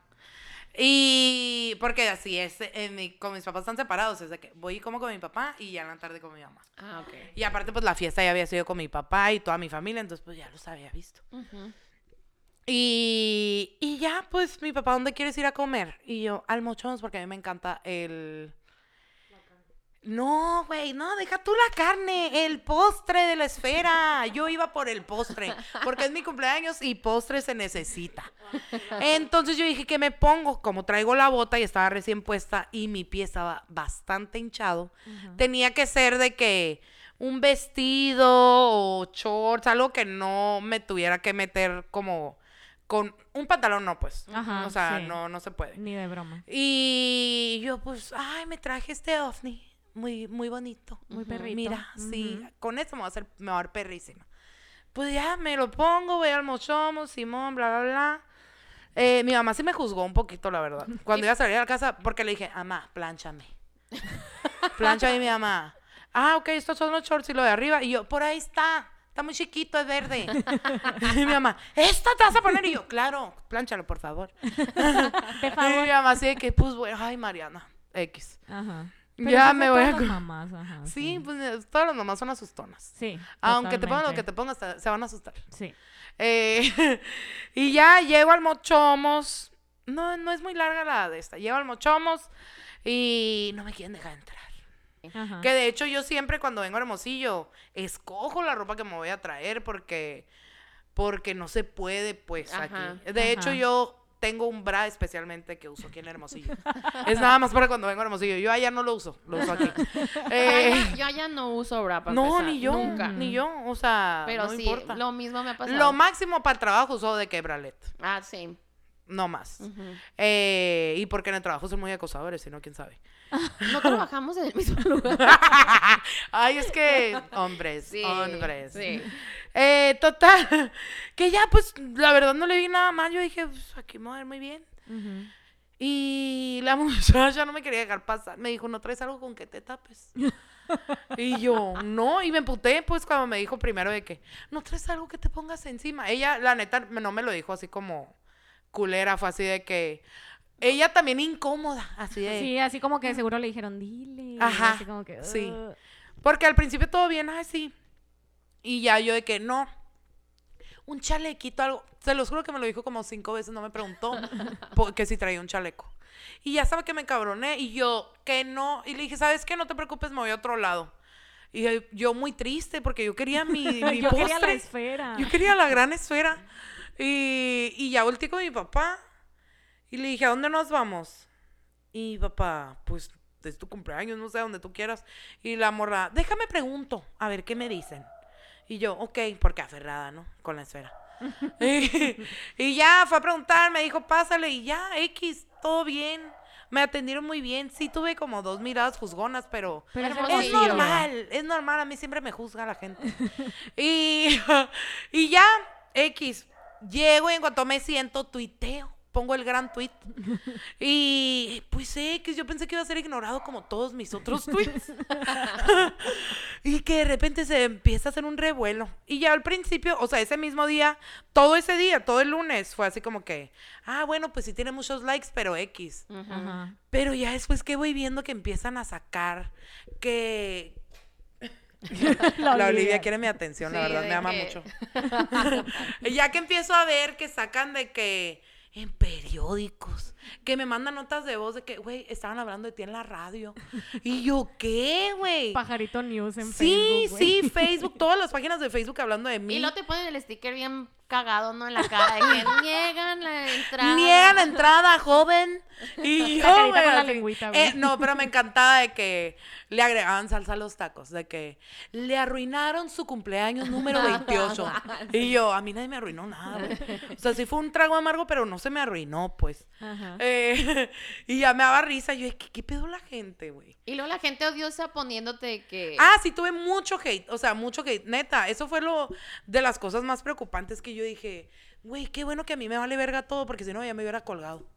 Speaker 3: Y porque así es, en mi- con mis papás están separados, es de que voy y como con mi papá y ya en la tarde con mi mamá.
Speaker 2: Ah, ok.
Speaker 3: Y aparte, pues la fiesta ya había sido con mi papá y toda mi familia, entonces pues ya los había visto.
Speaker 2: Ujú.
Speaker 3: Y, y ya, pues mi papá, ¿dónde quieres ir a comer? Y yo, al Mochons, porque a mí me encanta el... No, güey, no, deja tú la carne, el postre de la esfera. Yo iba por el postre, porque es mi cumpleaños y postre se necesita. Entonces yo dije, ¿qué me pongo? Como traigo la bota y estaba recién puesta y mi pie estaba bastante hinchado, tenía que ser de que un vestido o shorts, algo que no me tuviera que meter como con un pantalón, no, pues.
Speaker 4: Ajá,
Speaker 3: o sea,
Speaker 4: sí.
Speaker 3: no, no se puede.
Speaker 4: Ni de broma.
Speaker 3: Y yo, pues, ay, me traje este ovni. Muy, muy bonito.
Speaker 4: Muy
Speaker 2: Ujú,
Speaker 4: perrito.
Speaker 3: Mira, sí,
Speaker 4: Ujú.
Speaker 3: con esto me va a hacer, me va a dar perrísima. Pues ya me lo pongo, voy al mochomo, Simón, bla, bla, bla. Eh, mi mamá sí me juzgó un poquito, la verdad. Cuando iba a salir a la casa, porque le dije, mamá, plánchame. Plánchame, mi mamá. Ah, ok, estos son los shorts y lo de arriba. Y yo, por ahí está. Está muy chiquito, es verde. Y mi mamá, ¿esta te vas a poner? Y yo, claro, plánchalo, por favor.
Speaker 4: De
Speaker 3: Y
Speaker 4: favor.
Speaker 3: mi mamá así de que, pues, bueno, ay, Mariana, X.
Speaker 4: Ajá.
Speaker 3: Ya
Speaker 4: eso Ah, es
Speaker 3: me
Speaker 4: de
Speaker 3: voy a
Speaker 4: todas las
Speaker 3: co-
Speaker 4: mamás, ajá.
Speaker 3: Sí, pues, todas las mamás son asustonas.
Speaker 4: Sí.
Speaker 3: Aunque te pongan lo que
Speaker 4: totalmente.
Speaker 3: te pongas, te- se van a asustar.
Speaker 4: Sí.
Speaker 3: Eh, y ya llego al Mochomos. No, no es muy larga la de esta. Llego al Mochomos y no me quieren dejar entrar.
Speaker 2: Ah.
Speaker 4: Ajá.
Speaker 3: Que de hecho yo siempre cuando vengo a Hermosillo, escojo la ropa que me voy a traer porque, porque no se puede pues
Speaker 2: Ajá,
Speaker 3: aquí. De hecho
Speaker 4: ajá.
Speaker 3: yo tengo un bra especialmente que uso aquí en Hermosillo. es nada más para cuando vengo a Hermosillo. Yo allá no lo uso, lo uso aquí. Eh,
Speaker 2: Ay, yo ya no uso bra para
Speaker 3: no,
Speaker 2: empezar,
Speaker 3: ni yo,
Speaker 2: Nunca. Mm.
Speaker 3: ni yo. O sea,
Speaker 2: Pero
Speaker 3: no
Speaker 2: sí,
Speaker 3: importa.
Speaker 2: lo mismo me ha pasado.
Speaker 3: Lo máximo para el trabajo uso de que bralet,
Speaker 2: Ah, sí.
Speaker 3: no más.
Speaker 2: Ujú.
Speaker 3: Eh, y porque en el trabajo son muy acosadores, si no, quién sabe.
Speaker 2: No trabajamos en el mismo lugar.
Speaker 3: Ay, es que hombres,
Speaker 2: Sí.
Speaker 3: hombres.
Speaker 2: Sí.
Speaker 3: Eh, total, que ya pues la verdad no le vi nada más, yo dije, "Pues, aquí me voy a ver muy bien.
Speaker 4: Ujú.
Speaker 3: Y la muchacha no me quería dejar pasar, me dijo, no traes algo con que te tapes. Y yo, no, y me emputé, pues, cuando me dijo primero de que, no traes algo que te pongas encima. Ella, la neta, me- no me lo dijo así como culera, fue así de que, ella también incómoda, así de...
Speaker 4: Sí, así como que seguro le dijeron, dile.
Speaker 3: eh, Ajá,
Speaker 4: Así como que,
Speaker 3: sí.
Speaker 4: "Ugh".
Speaker 3: Porque al principio todo bien, ay, sí. Y ya yo de que, no, un chalequito, algo. Se los juro que me lo dijo como cinco veces, no me preguntó po- que si traía un chaleco. Y ya sabe que me encabroné y yo, que no. Y le dije, ¿sabes qué? No te preocupes, me voy a otro lado. Y yo- yo muy triste porque yo quería mi, mi
Speaker 4: Yo
Speaker 3: postre.
Speaker 4: quería la esfera.
Speaker 3: Yo quería la gran esfera. Y, y ya volteé con mi papá y le dije, ¿a dónde nos vamos? Y papá, pues es tu cumpleaños, no sé, a donde tú quieras. Y la morra, déjame pregunto, a ver qué me dicen. Y yo, ok, porque aferrada, ¿no? Con la esfera. y, y ya fue a preguntar, me dijo, pásale, y ya, X, todo bien. Me atendieron muy bien. Sí, tuve como dos miradas juzgonas, pero
Speaker 4: Pero es
Speaker 2: Hermosillo.
Speaker 3: es
Speaker 2: Sí,
Speaker 4: hermosillo.
Speaker 3: normal, es normal, a mí siempre me juzga la gente. y, y ya, X, llego y en cuanto me siento, tuiteo, pongo el gran tuit. Y pues X, yo pensé que iba a ser ignorado como todos mis otros tweets. y que de repente se empieza a hacer un revuelo. Y ya al principio, o sea, ese mismo día, todo ese día, todo el lunes, fue así como que, ah, bueno, pues sí tiene muchos likes, pero X.
Speaker 2: Ujú.
Speaker 4: Ajá.
Speaker 3: Pero ya después que voy viendo que empiezan a sacar que la, Olivia quiere mi atención, la
Speaker 2: Sí,
Speaker 3: verdad
Speaker 2: de
Speaker 3: me ama
Speaker 2: que-
Speaker 3: mucho. ya que empiezo a ver que sacan de que en periódicos, que me mandan notas de voz de que, güey, estaban hablando de ti en la radio. Y yo, ¿qué, güey?
Speaker 4: Pajarito News en
Speaker 3: Sí,
Speaker 4: Facebook. güey.
Speaker 3: sí, Facebook, todas las páginas de Facebook hablando de mí.
Speaker 2: Y luego te ponen el sticker bien cagado, ¿no? En la cara de que niegan la entrada.
Speaker 3: Niegan la entrada, joven. Y yo,
Speaker 4: La carita
Speaker 3: güey,
Speaker 4: con la
Speaker 3: así.
Speaker 4: lengüita, güey.
Speaker 3: Eh, no, pero me encantaba de que le agregaban salsa a los tacos, de que le arruinaron su cumpleaños número 28. y yo, a mí nadie me arruinó nada, güey. O sea, sí fue un trago amargo, pero no se me arruinó, pues.
Speaker 4: Ajá.
Speaker 3: Eh, y ya me daba risa. Yo, ¿qué, qué pedo la gente, güey?
Speaker 2: Y luego la gente odiosa poniéndote
Speaker 4: Eh,
Speaker 2: que...
Speaker 3: Ah, sí, tuve mucho hate, o sea, mucho hate. Neta, eso fue lo de las cosas más preocupantes que yo dije, güey, qué bueno que a mí me vale verga todo, porque si no ya me hubiera colgado.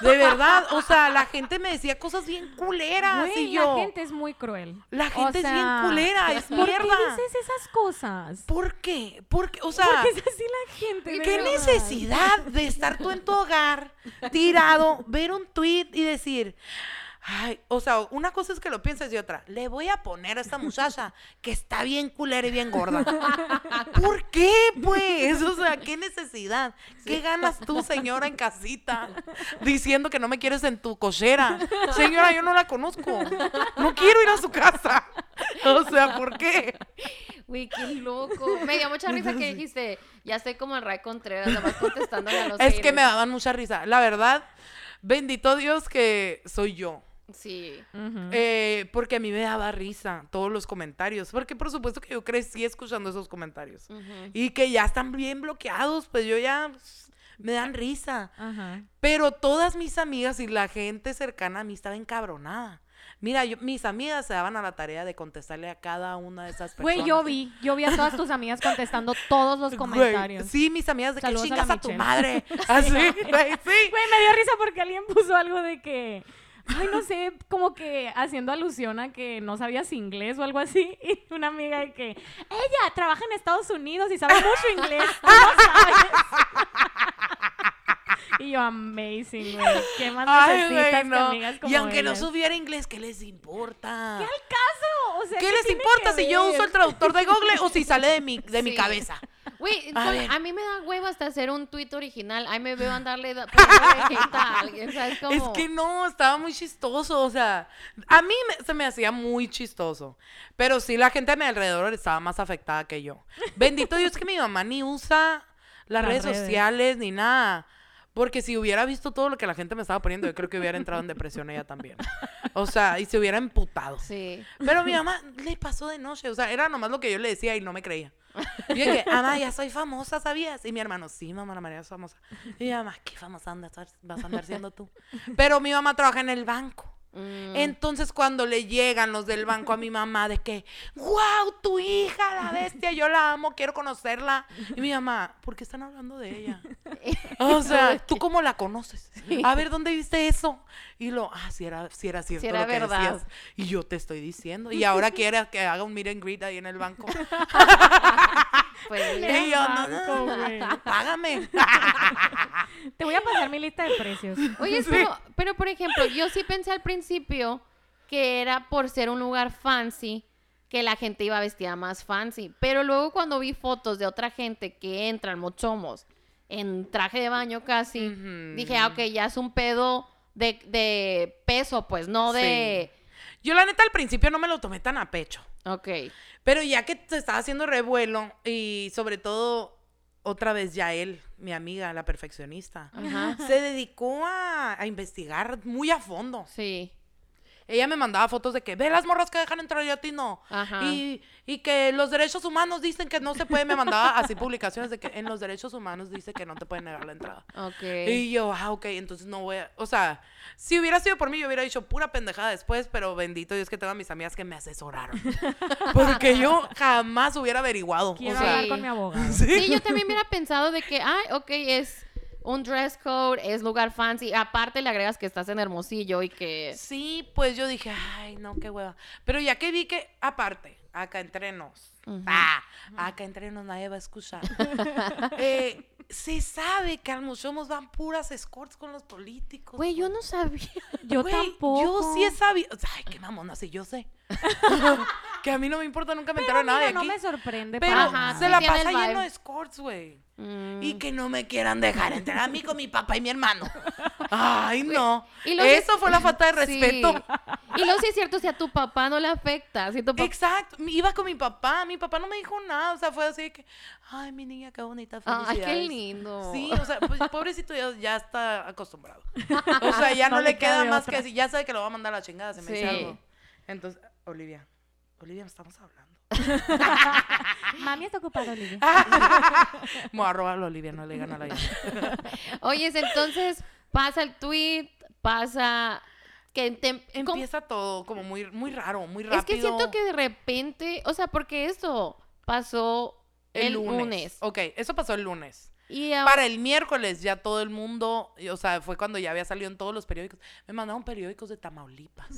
Speaker 3: De verdad, o sea, la gente me decía cosas bien culeras.
Speaker 4: Güey,
Speaker 3: y yo,
Speaker 4: la gente es muy cruel.
Speaker 3: La
Speaker 4: O
Speaker 3: gente es bien
Speaker 4: sea,
Speaker 3: culera, es
Speaker 4: ¿Por
Speaker 3: mierda.
Speaker 4: qué dices esas cosas?
Speaker 3: ¿Por qué? ¿Por qué? O sea,
Speaker 4: Porque es así la gente. de
Speaker 3: ¿Qué
Speaker 4: verdad.
Speaker 3: necesidad de estar tú en tu hogar, tirado, ver un tweet y decir, ay, o sea, una cosa es que lo pienses y otra, le voy a poner a esta muchacha que está bien culera y bien gorda. ¿Por qué, pues? O sea, ¿qué necesidad? ¿Qué ganas tú, señora, en casita, diciendo que no me quieres en tu cochera? Señora, yo no la conozco. No quiero ir a su casa. O sea, ¿por qué?
Speaker 2: Güey, qué loco. Me dio mucha risa que dijiste, ya estoy como el Ray Contreras, nomás contestando a los
Speaker 3: Es que me
Speaker 2: haters".
Speaker 3: daban mucha risa. La verdad, bendito Dios que soy yo.
Speaker 2: Sí.
Speaker 4: Ujú.
Speaker 3: Eh, porque a mí me daba risa todos los comentarios. Porque por supuesto que yo crecí escuchando esos comentarios.
Speaker 2: Ujú.
Speaker 3: Y que ya están bien bloqueados, pues yo ya pues, me dan risa.
Speaker 4: Ajá.
Speaker 3: Pero todas mis amigas y la gente cercana a mí estaba encabronada. Mira, yo- mis amigas se daban a la tarea de contestarle a cada una de esas personas.
Speaker 4: Güey, yo vi, yo vi a todas tus amigas contestando todos los
Speaker 3: Güey,
Speaker 4: comentarios.
Speaker 3: sí, mis amigas de que
Speaker 4: Saludos a la
Speaker 3: chingas a, tu
Speaker 4: Michelle".
Speaker 3: madre. Así, güey, sí.
Speaker 4: Güey, me dio risa porque alguien puso algo de que. Ay, no sé, como que haciendo alusión a que no sabías inglés o algo así. Y una amiga de que ella trabaja en Estados Unidos y sabe mucho inglés. tú no sabes". y yo, amazing, güey. ¿Qué más
Speaker 3: Ay, güey,
Speaker 4: necesitas que
Speaker 3: no.
Speaker 4: amigas como
Speaker 3: Y aunque no
Speaker 4: ellas?
Speaker 3: supiera inglés, ¿qué les importa?
Speaker 4: ¿Qué al caso? O sea,
Speaker 3: ¿Qué,
Speaker 4: ¿qué
Speaker 3: les
Speaker 4: tiene
Speaker 3: importa
Speaker 4: que
Speaker 3: si yo
Speaker 4: ver?
Speaker 3: uso el traductor de Google o si sale de mi, de mi
Speaker 2: Sí.
Speaker 3: cabeza?
Speaker 2: Güey,
Speaker 3: A
Speaker 2: a,
Speaker 3: ver.
Speaker 2: a mí me da hueva hasta hacer un tuit original. Ahí me veo andarle da- poniéndole hate a alguien, ¿sabes? Como...
Speaker 3: Es que no, estaba muy chistoso, o sea, a mí me- se me hacía muy chistoso, pero sí la gente a mi alrededor estaba más afectada que yo. Bendito Dios que mi mamá ni usa
Speaker 4: Las
Speaker 3: las, redes,
Speaker 4: redes.
Speaker 3: sociales ni nada, porque si hubiera visto todo lo que la gente me estaba poniendo, yo creo que hubiera entrado en depresión ella también. O sea, y se hubiera emputado.
Speaker 2: Sí.
Speaker 3: Pero mi mamá le pasó de noche, o sea, era nomás lo que yo le decía y no me creía. Y yo dije, mamá, ya soy famosa, ¿sabías? Y mi hermano, sí, mamá, la María es famosa. Y mi mamá, ¿qué famosa andas, vas a andar siendo tú? Pero mi mamá trabaja en el banco.
Speaker 2: Mm.
Speaker 3: Entonces cuando le llegan los del banco a mi mamá de que, wow, tu hija, la bestia, yo la amo, quiero conocerla. Y mi mamá, ¿por qué están hablando de ella? O sea, ¿tú cómo la conoces? A ver, ¿dónde viste eso? Y lo, ah, si era, si era cierto
Speaker 2: era
Speaker 3: lo que
Speaker 2: verdad.
Speaker 3: decías. Y yo te estoy diciendo. Y ahora quieres que haga un meet and greet ahí en el banco.
Speaker 2: Pues, mira.
Speaker 3: y yo, no,
Speaker 4: banco, güey.
Speaker 3: págame.
Speaker 4: Te voy a pasar mi lista de precios.
Speaker 2: Oye, pero, pero, por ejemplo, yo sí pensé al principio que era por ser un lugar fancy que la gente iba vestida más fancy. Pero luego cuando vi fotos de otra gente que entran mochomos en traje de baño casi,
Speaker 3: Ujú.
Speaker 2: dije, ah, ok, ya es un pedo de, de peso, pues, no de...
Speaker 3: Yo la neta al principio no me lo tomé tan a pecho.
Speaker 2: Ok.
Speaker 3: Pero ya que se estaba haciendo revuelo y sobre todo otra vez Yael, mi amiga, la perfeccionista,
Speaker 2: Ajá.
Speaker 3: se dedicó a, a investigar muy a fondo.
Speaker 2: Sí.
Speaker 3: Ella me mandaba fotos de que ve las morras que dejan entrar yo a ti no.
Speaker 2: Ajá.
Speaker 3: Y, y que los derechos humanos dicen que no se puede. Me mandaba así publicaciones de que en los derechos humanos dice que no te pueden negar la entrada.
Speaker 2: Ok.
Speaker 3: Y yo, ah, ok, entonces no voy a... O sea, si hubiera sido por mí, yo hubiera dicho pura pendejada después, pero bendito Dios que tengo a mis amigas que me asesoraron. Porque yo jamás hubiera averiguado.
Speaker 4: Quiero
Speaker 3: o sea,
Speaker 4: hablar con mi abogado.
Speaker 3: sí.
Speaker 2: Sí, yo también hubiera pensado de que, ay, ok, es un dress code, es lugar fancy. Aparte le agregas que estás en Hermosillo y que...
Speaker 3: Sí, pues yo dije, ay, no, qué hueva. Pero ya que vi que, aparte, acá entre nos,
Speaker 2: Ujú.
Speaker 3: ah, acá entre nos nadie va a escuchar. eh, se sabe que al museumos van puras escorts con los políticos.
Speaker 2: Güey, yo no sabía.
Speaker 4: Yo
Speaker 3: Güey,
Speaker 4: tampoco.
Speaker 3: Yo sí he sabido. Ay, qué mamona, sí, yo sé. que a mí no me importa, nunca me entero
Speaker 4: Pero
Speaker 3: de nada de
Speaker 4: mira,
Speaker 3: aquí.
Speaker 4: no me sorprende.
Speaker 3: pero
Speaker 4: para
Speaker 2: Ajá,
Speaker 4: nada.
Speaker 3: se
Speaker 2: sí
Speaker 3: la
Speaker 2: tiene el
Speaker 3: pasa lleno
Speaker 2: vibe.
Speaker 3: de escorts, güey.
Speaker 2: Mm.
Speaker 3: Y que no me quieran dejar entrar a mí con mi papá y mi hermano. Ay, no.
Speaker 2: Y luego
Speaker 3: Eso
Speaker 2: sí-
Speaker 3: fue la falta de
Speaker 2: Sí.
Speaker 3: respeto.
Speaker 2: Y luego sí es cierto, si a tu papá no le afecta, si tu papá...
Speaker 3: Exacto, mi- iba con mi papá, mi papá no me dijo nada, o sea, fue así de que, ay, mi niña, qué bonita,
Speaker 2: Ay,
Speaker 3: felicidades.
Speaker 2: qué lindo.
Speaker 3: Sí, o sea, pues, pobrecito ya, ya está acostumbrado. O sea, ya no,
Speaker 4: No
Speaker 3: le
Speaker 4: le queda
Speaker 3: queda
Speaker 4: de
Speaker 3: más
Speaker 4: otra.
Speaker 3: que decir, ya sabe que lo va a mandar a la chingada, se me dice
Speaker 2: Sí.
Speaker 3: algo. Entonces, Olivia, Olivia, estamos hablando.
Speaker 4: Mami está ocupada, Olivia.
Speaker 3: Me voy a robarlo a Olivia, no le gana la idea.
Speaker 2: Oyes, entonces pasa el tweet, pasa... Que te- ¿cómo-
Speaker 3: Empieza todo como muy, muy raro, muy rápido.
Speaker 2: Es que siento que de repente, o sea, porque esto pasó el, lunes.
Speaker 3: Ok, eso pasó el lunes.
Speaker 2: Y ahora...
Speaker 3: Para el miércoles ya todo el mundo, y, o sea, fue cuando ya había salido en todos los periódicos. Me mandaron periódicos de Tamaulipas.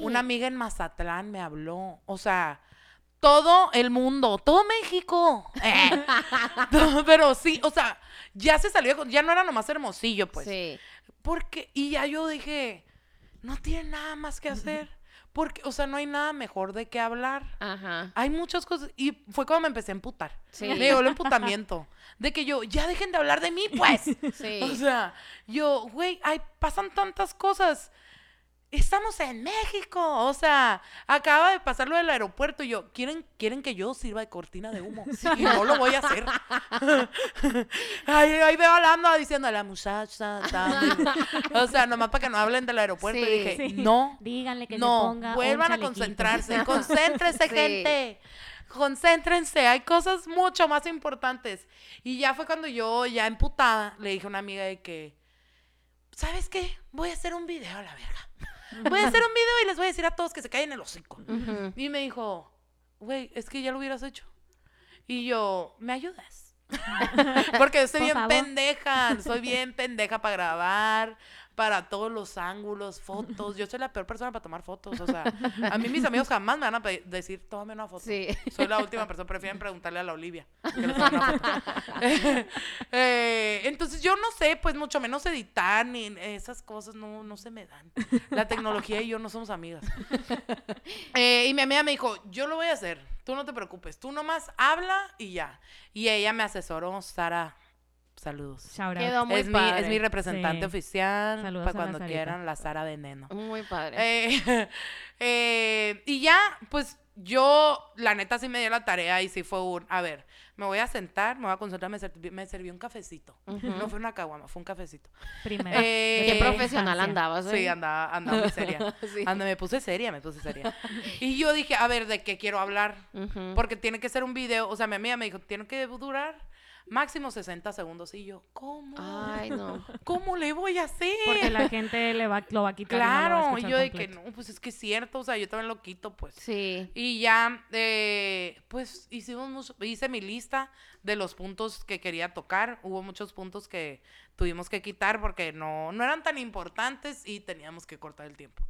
Speaker 3: Una amiga en Mazatlán me habló. O sea, todo el mundo, todo México. Eh. No, Pero sí, o sea, ya se salió, con- ya no era nomás hermosillo, pues.
Speaker 2: Sí.
Speaker 3: Porque, y ya yo dije, no tiene nada más que hacer. Porque, o sea, no hay nada mejor de qué hablar.
Speaker 2: Ajá.
Speaker 3: Hay muchas cosas. Y fue cuando me empecé a emputar.
Speaker 2: Sí.
Speaker 3: Me llegó el emputamiento. De que yo, ya dejen de hablar de mí, pues.
Speaker 2: Sí.
Speaker 3: O sea, yo, güey, ay, pasan tantas cosas. Estamos en México. O sea, acaba de pasar lo del aeropuerto y yo, ¿quieren, quieren que yo sirva de cortina de humo? Y no lo voy a hacer. ay, ahí veo hablando, diciendo, la muchacha, tal. O sea, nomás para que no hablen del aeropuerto.
Speaker 2: Sí,
Speaker 3: y dije,
Speaker 4: sí.
Speaker 3: no,
Speaker 4: Díganle que
Speaker 3: no,
Speaker 4: se ponga. un
Speaker 3: vuelvan a
Speaker 4: chalequito.
Speaker 3: concentrarse, concéntrense,
Speaker 2: Sí.
Speaker 3: gente. Concéntrense, hay cosas mucho más importantes. Y ya fue cuando yo, ya emputada, le dije a una amiga de que, ¿sabes qué? Voy a hacer un video a la verga. Voy a hacer un video y les voy a decir a todos que se callen el hocico.
Speaker 2: Ujú.
Speaker 3: Y me dijo, güey, es que ya lo hubieras hecho. Y yo, ¿me ayudas? Porque yo soy
Speaker 4: Por
Speaker 3: bien
Speaker 4: favor.
Speaker 3: pendeja, soy bien pendeja para grabar, para todos los ángulos, fotos. Yo soy la peor persona para tomar fotos. O sea, a mí mis amigos jamás me van a pe- decir, tómame una foto.
Speaker 2: Sí.
Speaker 3: Soy la última persona, prefieren preguntarle a la Olivia. que les tome una foto. Eh, entonces yo no sé, pues mucho menos editar ni esas cosas no, no se me dan. La tecnología y yo no somos amigas. Eh, y mi amiga me dijo, yo lo voy a hacer, tú no te preocupes, tú nomás habla y ya. Y ella me asesoró, Sara, saludos.
Speaker 4: Shout out.
Speaker 2: Quedó muy
Speaker 3: Es mi,
Speaker 2: padre.
Speaker 3: es mi representante
Speaker 4: Sí.
Speaker 3: oficial,
Speaker 4: Saludos
Speaker 3: para
Speaker 4: a la
Speaker 3: cuando
Speaker 4: Sarita.
Speaker 3: quieran, la Sara Veneno.
Speaker 2: Muy padre.
Speaker 3: Eh, eh, y ya, pues yo, la neta, sí me dio la tarea y sí fue un, a ver, me voy a sentar, me voy a concentrar, me, serví, me serví un cafecito. No fue una caguama, fue un cafecito.
Speaker 4: Primero. De
Speaker 3: Eh,
Speaker 2: Qué
Speaker 3: eh,
Speaker 2: profesional
Speaker 4: infancia.
Speaker 2: andabas,
Speaker 3: Sí,
Speaker 2: ¿eh?
Speaker 3: andaba, andaba muy seria.
Speaker 2: Sí.
Speaker 3: Anda, me puse seria, me puse seria. Y yo dije, a ver, ¿de qué quiero hablar?
Speaker 2: Ujú.
Speaker 3: Porque tiene que ser un video, o sea, mi amiga me dijo, tiene que durar máximo 60 segundos. Y yo, ¿cómo?
Speaker 2: Ay, no.
Speaker 3: ¿Cómo le voy a hacer?
Speaker 4: Porque la gente le va, lo va a quitar. y no lo va a
Speaker 3: Claro, y
Speaker 4: escuchar
Speaker 3: yo de que
Speaker 4: completo.
Speaker 3: no, pues es que es cierto, o sea, yo también lo quito, pues.
Speaker 2: Sí.
Speaker 3: Y ya, eh, pues hicimos mucho- hice mi lista de los puntos que quería tocar. Hubo muchos puntos que tuvimos que quitar porque no, no eran tan importantes y teníamos que cortar el tiempo.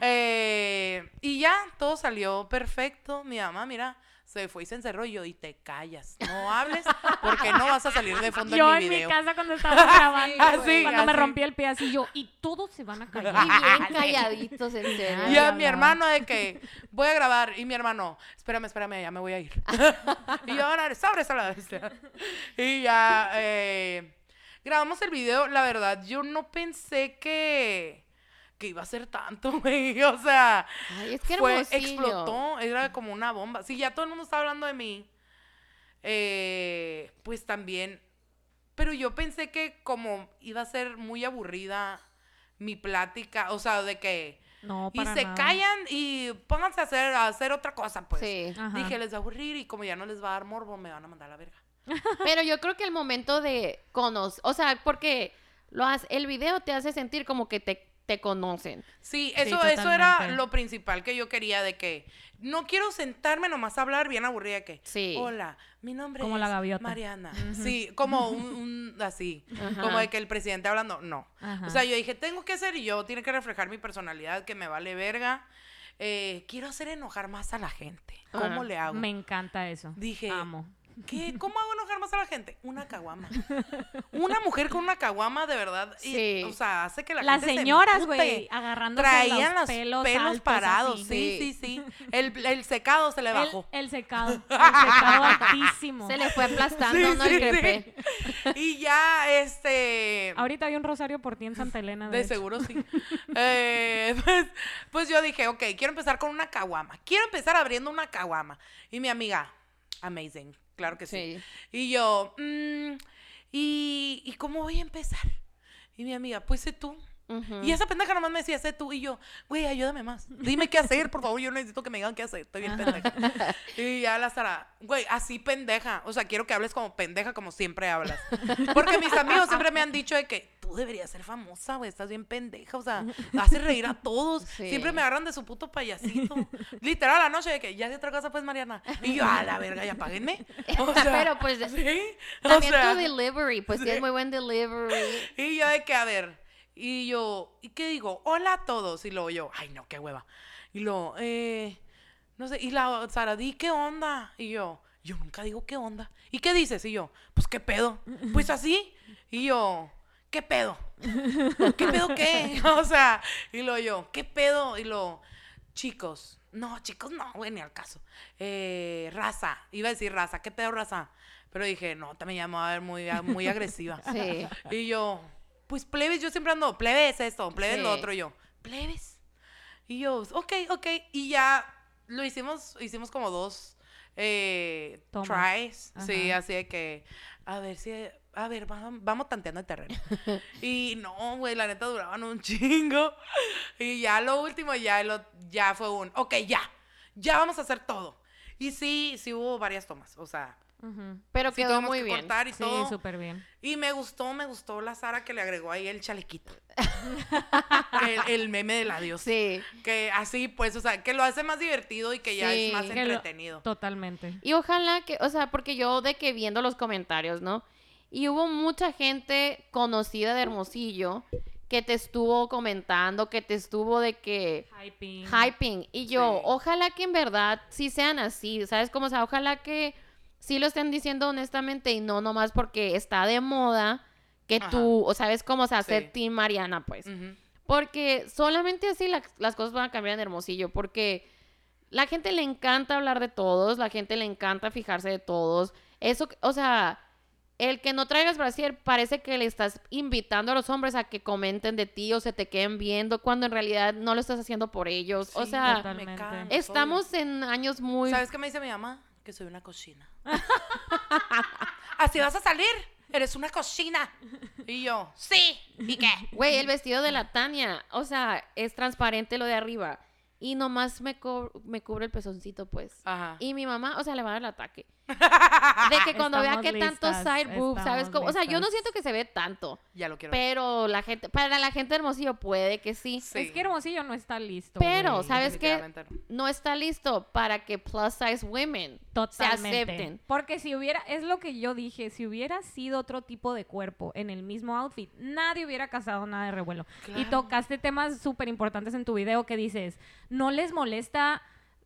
Speaker 3: Eh, y ya, todo salió perfecto. Mi mamá, mira, se fue y se encerró y yo, y te callas, no hables porque no vas a salir de fondo
Speaker 4: Yo
Speaker 3: en
Speaker 4: en
Speaker 3: mi
Speaker 4: mi
Speaker 3: video. Ah,
Speaker 4: casa cuando estábamos grabando,
Speaker 3: así,
Speaker 4: güey, cuando me
Speaker 3: así.
Speaker 4: rompí el pie así yo, y todos se van a
Speaker 2: Y
Speaker 3: Ah,
Speaker 4: callar.
Speaker 2: bien calladitos, en serio.
Speaker 4: Ay,
Speaker 3: y a
Speaker 4: ya
Speaker 3: mi
Speaker 4: hablaba.
Speaker 3: hermano de que voy a grabar y mi hermano, espérame, espérame, ya me voy a ir. y yo ahora, sobre esa la bestia". Y ya eh, grabamos el video, la verdad, yo no pensé que, que iba a ser tanto, güey. O sea,
Speaker 2: Ay, es que
Speaker 3: fue,
Speaker 2: hermosillo.
Speaker 3: explotó, era como una bomba. Sí, ya todo el mundo estaba hablando de mí. eh, pues también. Pero yo pensé que como iba a ser muy aburrida mi plática, o sea, de que
Speaker 4: No,
Speaker 3: y
Speaker 4: para
Speaker 3: se
Speaker 4: nada.
Speaker 3: callan y pónganse a hacer, a hacer otra cosa, pues.
Speaker 2: Sí.
Speaker 4: Ajá.
Speaker 3: Dije, les va a aburrir y como ya no les va a dar morbo, me van a mandar a la verga.
Speaker 2: Pero yo creo que el momento de conocer, o sea, porque lo has, el video te hace sentir como que te, te conocen.
Speaker 3: Sí,
Speaker 4: Sí,
Speaker 3: eso, eso era
Speaker 4: totalmente.
Speaker 3: lo principal que yo quería de que no quiero sentarme nomás a hablar bien aburrida que
Speaker 2: Sí.
Speaker 3: hola, mi nombre
Speaker 4: Como
Speaker 3: es
Speaker 4: la gaviota.
Speaker 3: Mariana. Sí, como un, un- así,
Speaker 2: Ajá.
Speaker 3: como de que el presidente hablando, no.
Speaker 4: Ajá.
Speaker 3: O sea, yo dije, tengo que ser yo, tiene que reflejar mi personalidad, que me vale verga. Eh, quiero hacer enojar más a la gente. ¿Cómo
Speaker 2: Ah,
Speaker 3: le hago?
Speaker 4: Me encanta eso.
Speaker 3: Dije,
Speaker 4: amo.
Speaker 3: ¿Qué? ¿Cómo hago enojar más a la gente? Una caguama. Una mujer con una caguama, de verdad. y-
Speaker 2: Sí.
Speaker 3: o sea, hace que la
Speaker 4: Las
Speaker 3: gente se
Speaker 4: señoras,
Speaker 3: empute.
Speaker 4: güey, agarrándose
Speaker 3: Traían
Speaker 4: los
Speaker 3: los
Speaker 4: pelos,
Speaker 3: pelos,
Speaker 4: altos
Speaker 3: parados.
Speaker 4: así.
Speaker 3: Sí, sí, sí. El, el secado se le
Speaker 4: El,
Speaker 3: bajó.
Speaker 4: el secado, el secado altísimo.
Speaker 2: Se le fue aplastando,
Speaker 3: Sí,
Speaker 2: ¿no?
Speaker 3: sí,
Speaker 2: el
Speaker 3: sí.
Speaker 2: crepe.
Speaker 3: Y ya, este.
Speaker 4: Ahorita hay un rosario por ti en Santa Elena.
Speaker 3: De
Speaker 4: hecho.
Speaker 3: seguro sí. Eh, pues, pues yo dije, ok, quiero empezar con una caguama. Quiero empezar abriendo una caguama. Y mi amiga, amazing, claro que sí.
Speaker 2: Sí.
Speaker 3: Y yo, mm, ¿y, ¿y cómo voy a empezar? Y mi amiga, pues sé tú.
Speaker 2: Ujú.
Speaker 3: Y esa pendeja nomás me decía, sé tú. Y yo, güey, ayúdame más. Dime qué hacer, por favor. Yo necesito que me digan qué hacer. Estoy bien pendeja. Y ya la Sara, güey, así pendeja. O sea, quiero que hables como pendeja, como siempre hablas. Porque mis amigos siempre me han dicho de que tú deberías ser famosa, güey. Estás bien pendeja. O sea, haces reír a todos.
Speaker 2: Sí.
Speaker 3: Siempre me agarran de su puto payasito. Literal, anoche de que ya de otra cosa, pues, Mariana. Y yo, a la verga, ya páguenme. O sea,
Speaker 2: Pero, pues,
Speaker 3: ¿sí? O
Speaker 2: También
Speaker 3: sea,
Speaker 2: tu delivery, pues tienes muy buen delivery.
Speaker 3: y yo de que, a ver, y yo, ¿y qué digo? Hola a todos. Y luego yo, ay no, qué hueva. Y luego, eh, no sé, y la Sara, di qué onda. Y yo, yo nunca digo qué onda. ¿Y qué dices? Y yo, pues qué pedo. Pues así. Y yo, ¿qué pedo? ¿Qué pedo qué? O sea, y luego yo, ¿qué pedo? Y luego, chicos. No, chicos, no, güey, ni al caso. Eh, raza, iba a decir raza, ¿qué pedo raza? Pero dije, no, también ya me voy a ver muy, muy agresiva.
Speaker 2: Sí.
Speaker 3: Y yo, pues plebes, yo siempre ando, plebes esto, plebes lo
Speaker 2: Sí.
Speaker 3: otro, y yo, plebes. Y yo, ok, ok. Y ya lo hicimos, hicimos como dos eh,
Speaker 4: Tomas.
Speaker 3: tries. Sí,
Speaker 4: Ajá.
Speaker 3: así de que, a ver si, a ver, vamos, vamos tanteando el terreno. y no, güey, la neta duraban un chingo. Y ya lo último, ya, lo, ya fue un, ok, ya, ya vamos a hacer todo. Y sí, sí hubo varias tomas, o sea,
Speaker 4: Ujú.
Speaker 2: Pero
Speaker 3: sí
Speaker 2: quedó
Speaker 3: tuvimos
Speaker 2: muy
Speaker 3: que
Speaker 2: bien.
Speaker 3: cortar y
Speaker 4: Sí,
Speaker 3: todo.
Speaker 4: súper bien.
Speaker 3: Y me gustó, me gustó la Sara que le agregó ahí el chalequito. el, el meme del adiós.
Speaker 2: Sí.
Speaker 3: Que así, pues, o sea, que lo hace más divertido y que ya
Speaker 2: Sí.
Speaker 3: es más
Speaker 2: Que
Speaker 4: lo-
Speaker 3: entretenido.
Speaker 4: Totalmente.
Speaker 2: Y ojalá que, o sea, porque yo de que viendo los comentarios, ¿no? Y hubo mucha gente conocida de Hermosillo que te estuvo comentando, que te estuvo de que
Speaker 4: Hyping.
Speaker 2: hyping. Y yo,
Speaker 3: Sí.
Speaker 2: ojalá que en verdad sí sean así, ¿sabes? Como, o sea, ojalá que sí lo estén diciendo honestamente y no nomás porque está de moda que
Speaker 3: Ajá.
Speaker 2: tú, o sabes cómo, o sea,
Speaker 3: Sí.
Speaker 2: ser Team Mariana, pues.
Speaker 3: Ujú.
Speaker 2: Porque solamente así la- las cosas van a cambiar en Hermosillo. Porque la gente le encanta hablar de todos, la gente le encanta fijarse de todos. Eso, o sea, el que no traigas brasier parece que le estás invitando a los hombres a que comenten de ti o se te queden viendo, cuando en realidad no lo estás haciendo por ellos. o
Speaker 3: Sí,
Speaker 2: sea,
Speaker 4: total.
Speaker 3: me cagan los
Speaker 2: estamos en años muy.
Speaker 3: hombres. ¿Sabes qué me dice mi mamá? Que soy una cochina. Así vas a salir. Eres una cochina. Y yo, sí.
Speaker 2: Güey, el vestido de la Tania, o sea, es transparente lo de arriba. Y nomás me, co- me cubre el pezoncito, pues.
Speaker 3: Ajá.
Speaker 2: Y mi mamá, o sea, le va a dar el ataque. De que cuando vea
Speaker 4: Estamos
Speaker 2: que tanto
Speaker 4: listas,
Speaker 2: side boob, ¿sabes?
Speaker 4: estamos
Speaker 2: cómo? o sea, yo no
Speaker 4: listas.
Speaker 2: siento que se ve tanto.
Speaker 3: Ya lo quiero. ver.
Speaker 2: Pero la gente, para la gente de hermosillo puede que sí.
Speaker 3: Sí.
Speaker 4: Es que Hermosillo no está listo.
Speaker 2: Pero,
Speaker 4: güey.
Speaker 2: ¿sabes qué?
Speaker 3: Definitivamente no.
Speaker 2: No está listo para que plus size women
Speaker 4: Totalmente.
Speaker 2: se acepten.
Speaker 4: Porque si hubiera, es lo que yo dije, si hubiera sido otro tipo de cuerpo en el mismo outfit, nadie hubiera casado nada de revuelo. Y
Speaker 3: Claro.
Speaker 4: tocaste temas súper importantes en tu video que dices, no les molesta,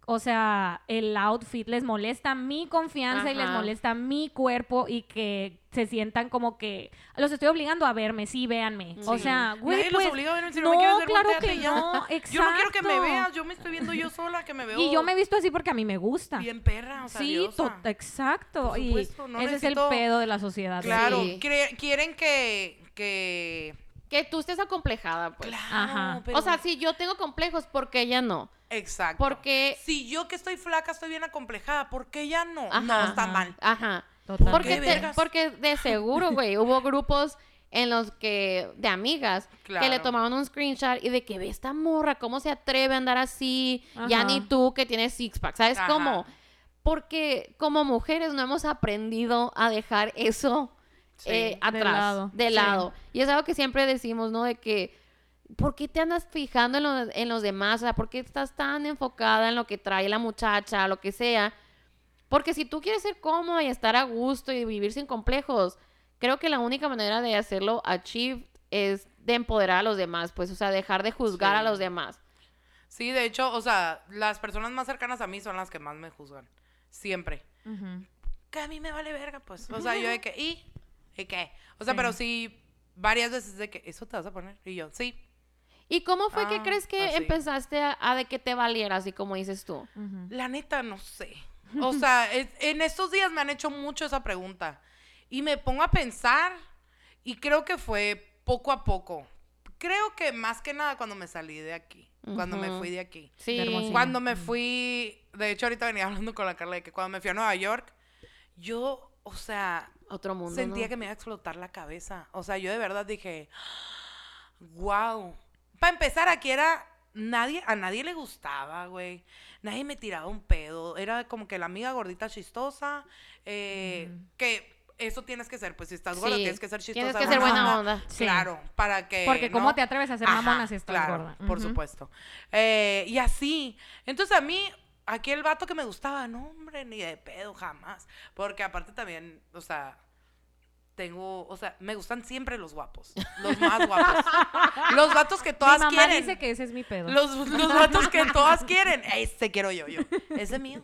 Speaker 4: o sea, el outfit, les molesta mi confianza y les
Speaker 2: Ajá.
Speaker 4: molesta mi cuerpo y que se sientan como que los estoy obligando a verme, sí, véanme. O
Speaker 3: Sí.
Speaker 4: sea, güey,
Speaker 3: Nadie
Speaker 4: pues,
Speaker 3: los obliga a ver, si no,
Speaker 4: no,
Speaker 3: me quieres ver,
Speaker 4: claro
Speaker 3: volteate
Speaker 4: que
Speaker 3: y ya.
Speaker 4: no,
Speaker 3: Yo no quiero que me
Speaker 4: exacto.
Speaker 3: veas, yo me estoy viendo yo sola, que me veo
Speaker 4: y yo me he visto así porque a mí me gusta.
Speaker 3: bien perra, o sea,
Speaker 4: sí,
Speaker 3: diosa.
Speaker 4: to- exacto.
Speaker 3: Por
Speaker 4: Y
Speaker 3: supuesto, no
Speaker 4: ese
Speaker 3: necesito-
Speaker 4: es el pedo de la sociedad. güey.
Speaker 3: Claro,
Speaker 2: Sí.
Speaker 3: cre- quieren que... que...
Speaker 2: Que tú estés acomplejada, pues.
Speaker 3: Claro,
Speaker 4: Ajá.
Speaker 3: pero-
Speaker 2: O sea, si yo tengo complejos, porque ella no?
Speaker 3: Exacto.
Speaker 2: Porque-
Speaker 3: Si yo que estoy flaca estoy bien acomplejada, ¿por qué ella no?
Speaker 2: Ajá.
Speaker 3: no, está mal.
Speaker 2: Ajá.
Speaker 4: Totalmente.
Speaker 2: Porque,
Speaker 3: qué
Speaker 2: te-
Speaker 3: vergas?
Speaker 2: porque de seguro, güey, hubo grupos en los que, de amigas, que le
Speaker 3: Claro.
Speaker 2: tomaban un screenshot y de que ve esta morra, cómo se atreve a andar así, ya
Speaker 4: Ajá.
Speaker 2: ni tú que tienes six pack, ¿sabes
Speaker 3: Ajá.
Speaker 2: cómo? Porque como mujeres no hemos aprendido a dejar eso
Speaker 3: Sí,
Speaker 2: eh,
Speaker 4: de
Speaker 2: atrás, de lado.
Speaker 4: lado. Sí.
Speaker 2: Y es algo que siempre decimos, ¿no? De que, ¿por qué te andas fijando en, lo- en los demás? O sea, ¿por qué estás tan enfocada en lo que trae la muchacha, lo que sea? Porque si tú quieres ser cómoda y estar a gusto y vivir sin complejos, creo que la única manera de hacerlo achieve es de empoderar a los demás, pues, o sea, dejar de juzgar
Speaker 3: Sí.
Speaker 2: a los demás.
Speaker 3: Sí, de hecho, o sea, las personas más cercanas a mí son las que más me juzgan. Siempre.
Speaker 4: Ujú.
Speaker 3: Que a mí me vale verga, pues. O sea, yo de que, ¿y? ¿Y qué? O sea,
Speaker 4: Sí.
Speaker 3: pero sí, varias veces de que, ¿eso te vas a poner? Y yo, sí.
Speaker 2: ¿Y cómo fue que
Speaker 3: Ah,
Speaker 2: crees que
Speaker 3: así.
Speaker 2: empezaste a, a de que te valiera, así como dices tú?
Speaker 4: Ujú.
Speaker 3: La neta, no sé. O sea, es- en estos días me han hecho mucho esa pregunta. Y me pongo a pensar, y creo que fue poco a poco. Creo que más que nada cuando me salí de aquí, cuando me
Speaker 2: Ujú.
Speaker 3: fui de aquí.
Speaker 2: Sí.
Speaker 4: hermosura.
Speaker 3: Cuando me fui, de hecho ahorita venía hablando con la Carla de que cuando me fui a Nueva York, yo, o sea,
Speaker 2: Otro mundo.
Speaker 3: sentía
Speaker 2: ¿no?
Speaker 3: que me iba a explotar la cabeza. O sea, yo de verdad dije, wow. Para empezar, aquí era, nadie, a nadie le gustaba, güey. Nadie me tiraba un pedo. Era como que la amiga gordita chistosa, eh, que eso tienes que ser, pues si estás gorda
Speaker 2: Sí.
Speaker 3: tienes que ser chistosa.
Speaker 2: Tienes que ser buena onda.
Speaker 4: Sí.
Speaker 3: Claro, para que...
Speaker 4: Porque
Speaker 3: Eh, ¿no?
Speaker 4: cómo te atreves a hacer
Speaker 3: Ajá,
Speaker 4: mamona si estás
Speaker 3: claro,
Speaker 4: gorda.
Speaker 3: Por
Speaker 4: Ujú.
Speaker 3: supuesto. Eh, y así. Entonces a mí, aquí el vato que me gustaba, no, hombre, ni de pedo, jamás. Porque aparte también, o sea, tengo, o sea, me gustan siempre los guapos. Los más guapos. los vatos que
Speaker 4: Mi
Speaker 3: todas
Speaker 4: mamá
Speaker 3: quieren.
Speaker 4: dice que ese es mi pedo.
Speaker 3: Los, los vatos que todas quieren. Ese quiero yo, yo. Ese mío.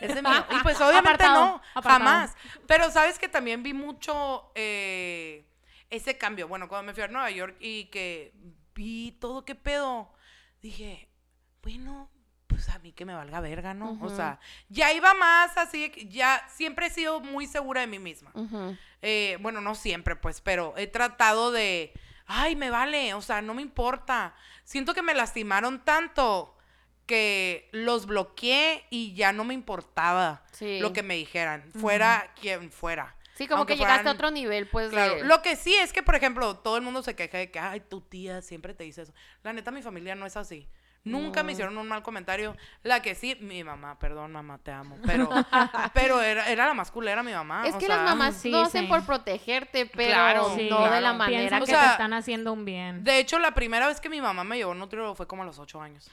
Speaker 3: Ese mío. Y pues obviamente
Speaker 4: Apartado,
Speaker 3: no,
Speaker 4: apartado.
Speaker 3: jamás. Pero sabes que también vi mucho eh, ese cambio. Bueno, cuando me fui a Nueva York y que vi todo qué pedo, dije, bueno, pues a mí que me valga verga, ¿no? O
Speaker 2: Ujú.
Speaker 3: sea, ya iba más así, de que ya siempre he sido muy segura de mí misma.
Speaker 2: Ujú.
Speaker 3: Eh, bueno, no siempre, pues, pero he tratado de, ay, me vale, o sea, no me importa. Siento que me lastimaron tanto que los bloqueé y ya no me importaba
Speaker 2: Sí.
Speaker 3: lo que me dijeran, fuera quien fuera.
Speaker 2: Sí, como
Speaker 3: Aunque
Speaker 2: que llegaste a
Speaker 3: fueran-
Speaker 2: otro nivel, pues.
Speaker 3: Claro,
Speaker 2: de-
Speaker 3: lo que sí es que, por ejemplo, todo el mundo se queja de que, ay, tu tía siempre te dice eso. La neta, mi familia no es así. Nunca me hicieron un mal comentario. La que sí, mi mamá, perdón, mamá, te amo. Pero, pero era, era la más culera mi
Speaker 4: Ah,
Speaker 3: mamá.
Speaker 2: es
Speaker 3: o
Speaker 2: que
Speaker 3: sea,
Speaker 2: las mamás
Speaker 4: sí,
Speaker 2: lo hacen
Speaker 4: sí.
Speaker 2: por protegerte, pero
Speaker 3: Claro,
Speaker 2: no
Speaker 4: Sí,
Speaker 2: de la
Speaker 3: claro.
Speaker 2: manera
Speaker 4: Piensan
Speaker 2: que.
Speaker 3: O
Speaker 4: que
Speaker 3: sea,
Speaker 4: te están haciendo un bien.
Speaker 3: De hecho, la primera vez que mi mamá me llevó a un nutriólogo fue como a los ocho años.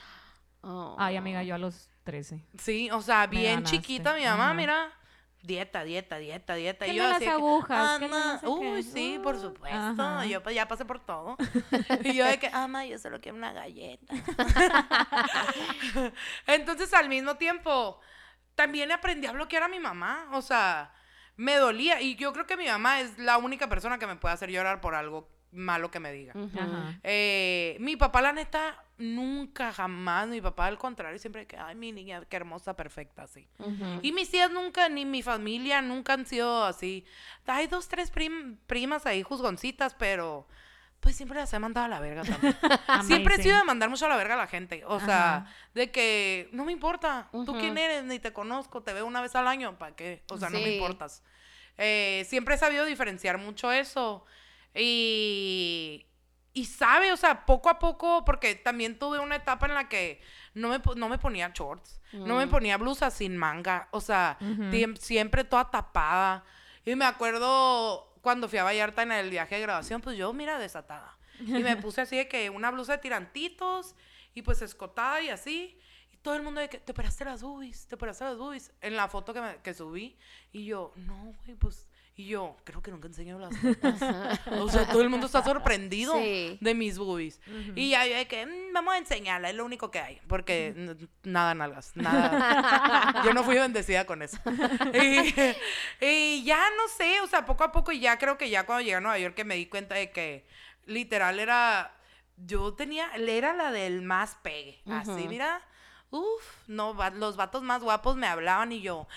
Speaker 2: Oh.
Speaker 4: Ay, amiga, yo a los 13.
Speaker 3: Sí, o sea,
Speaker 4: Me
Speaker 3: bien
Speaker 4: ganaste.
Speaker 3: chiquita mi mamá,
Speaker 4: Ajá.
Speaker 3: mira. Dieta, dieta, dieta, dieta.
Speaker 4: ¿Qué
Speaker 3: Y
Speaker 4: me
Speaker 3: yo
Speaker 4: las
Speaker 3: así de que,
Speaker 4: agujas? ¿Qué me
Speaker 3: "Ama,
Speaker 4: no sé qué?".
Speaker 3: uy, sí, por
Speaker 4: Uh,
Speaker 3: supuesto.
Speaker 4: ajá.
Speaker 3: Yo pues, ya pasé por todo. y yo de que, ama, yo solo quiero una galleta. Entonces, al mismo tiempo, también aprendí a bloquear a mi mamá. O sea, me dolía. Y yo creo que mi mamá es la única persona que me puede hacer llorar por algo malo que me diga.
Speaker 2: Ujú.
Speaker 4: Ajá.
Speaker 3: Eh, mi papá, la neta, nunca, jamás. Mi papá, al contrario, siempre que, ay, mi niña, qué hermosa, perfecta, así.
Speaker 2: Ujú.
Speaker 3: Y mis tías nunca, ni mi familia, nunca han sido así. Hay dos, tres prim- primas ahí, juzgoncitas, pero pues siempre las he mandado a la verga también. Siempre he
Speaker 4: Amazing.
Speaker 3: sido de mandar mucho a la verga a la gente. O sea,
Speaker 4: Ajá.
Speaker 3: de que no me importa. Tú
Speaker 2: Ujú.
Speaker 3: quién eres, ni te conozco, te veo una vez al año, ¿para qué? O sea, no me
Speaker 2: Sí.
Speaker 3: importas. Eh, siempre he sabido diferenciar mucho eso. Y, y sabe, o sea, poco a poco, porque también tuve una etapa en la que no me, po- no me ponía shorts, no me ponía blusa sin manga, o sea, tiem- siempre toda tapada. Y me acuerdo cuando fui a Vallarta en el viaje de graduación, pues yo, mira, desatada. Y me puse así de que una blusa de tirantitos y pues escotada y así. Y todo el mundo de que, te operaste las boobies, te operaste las boobies. En la foto que, me- que subí. Y yo, no, güey, pues... Y yo, creo que nunca enseño las tetas". O sea, todo el mundo está sorprendido
Speaker 2: Sí.
Speaker 3: de mis boobies. Y ya yo de que, "Mm, vamos a enseñarla, es lo único que hay. Porque n- nada, nalgas, nada. yo no fui bendecida con eso. y, y ya no sé, o sea, poco a poco, y ya creo que ya cuando llegué a Nueva York que me di cuenta de que literal era, yo tenía, era la del más pegue. Así,
Speaker 2: Ujú.
Speaker 3: mira. Uf, no, va- los vatos más guapos me hablaban y yo,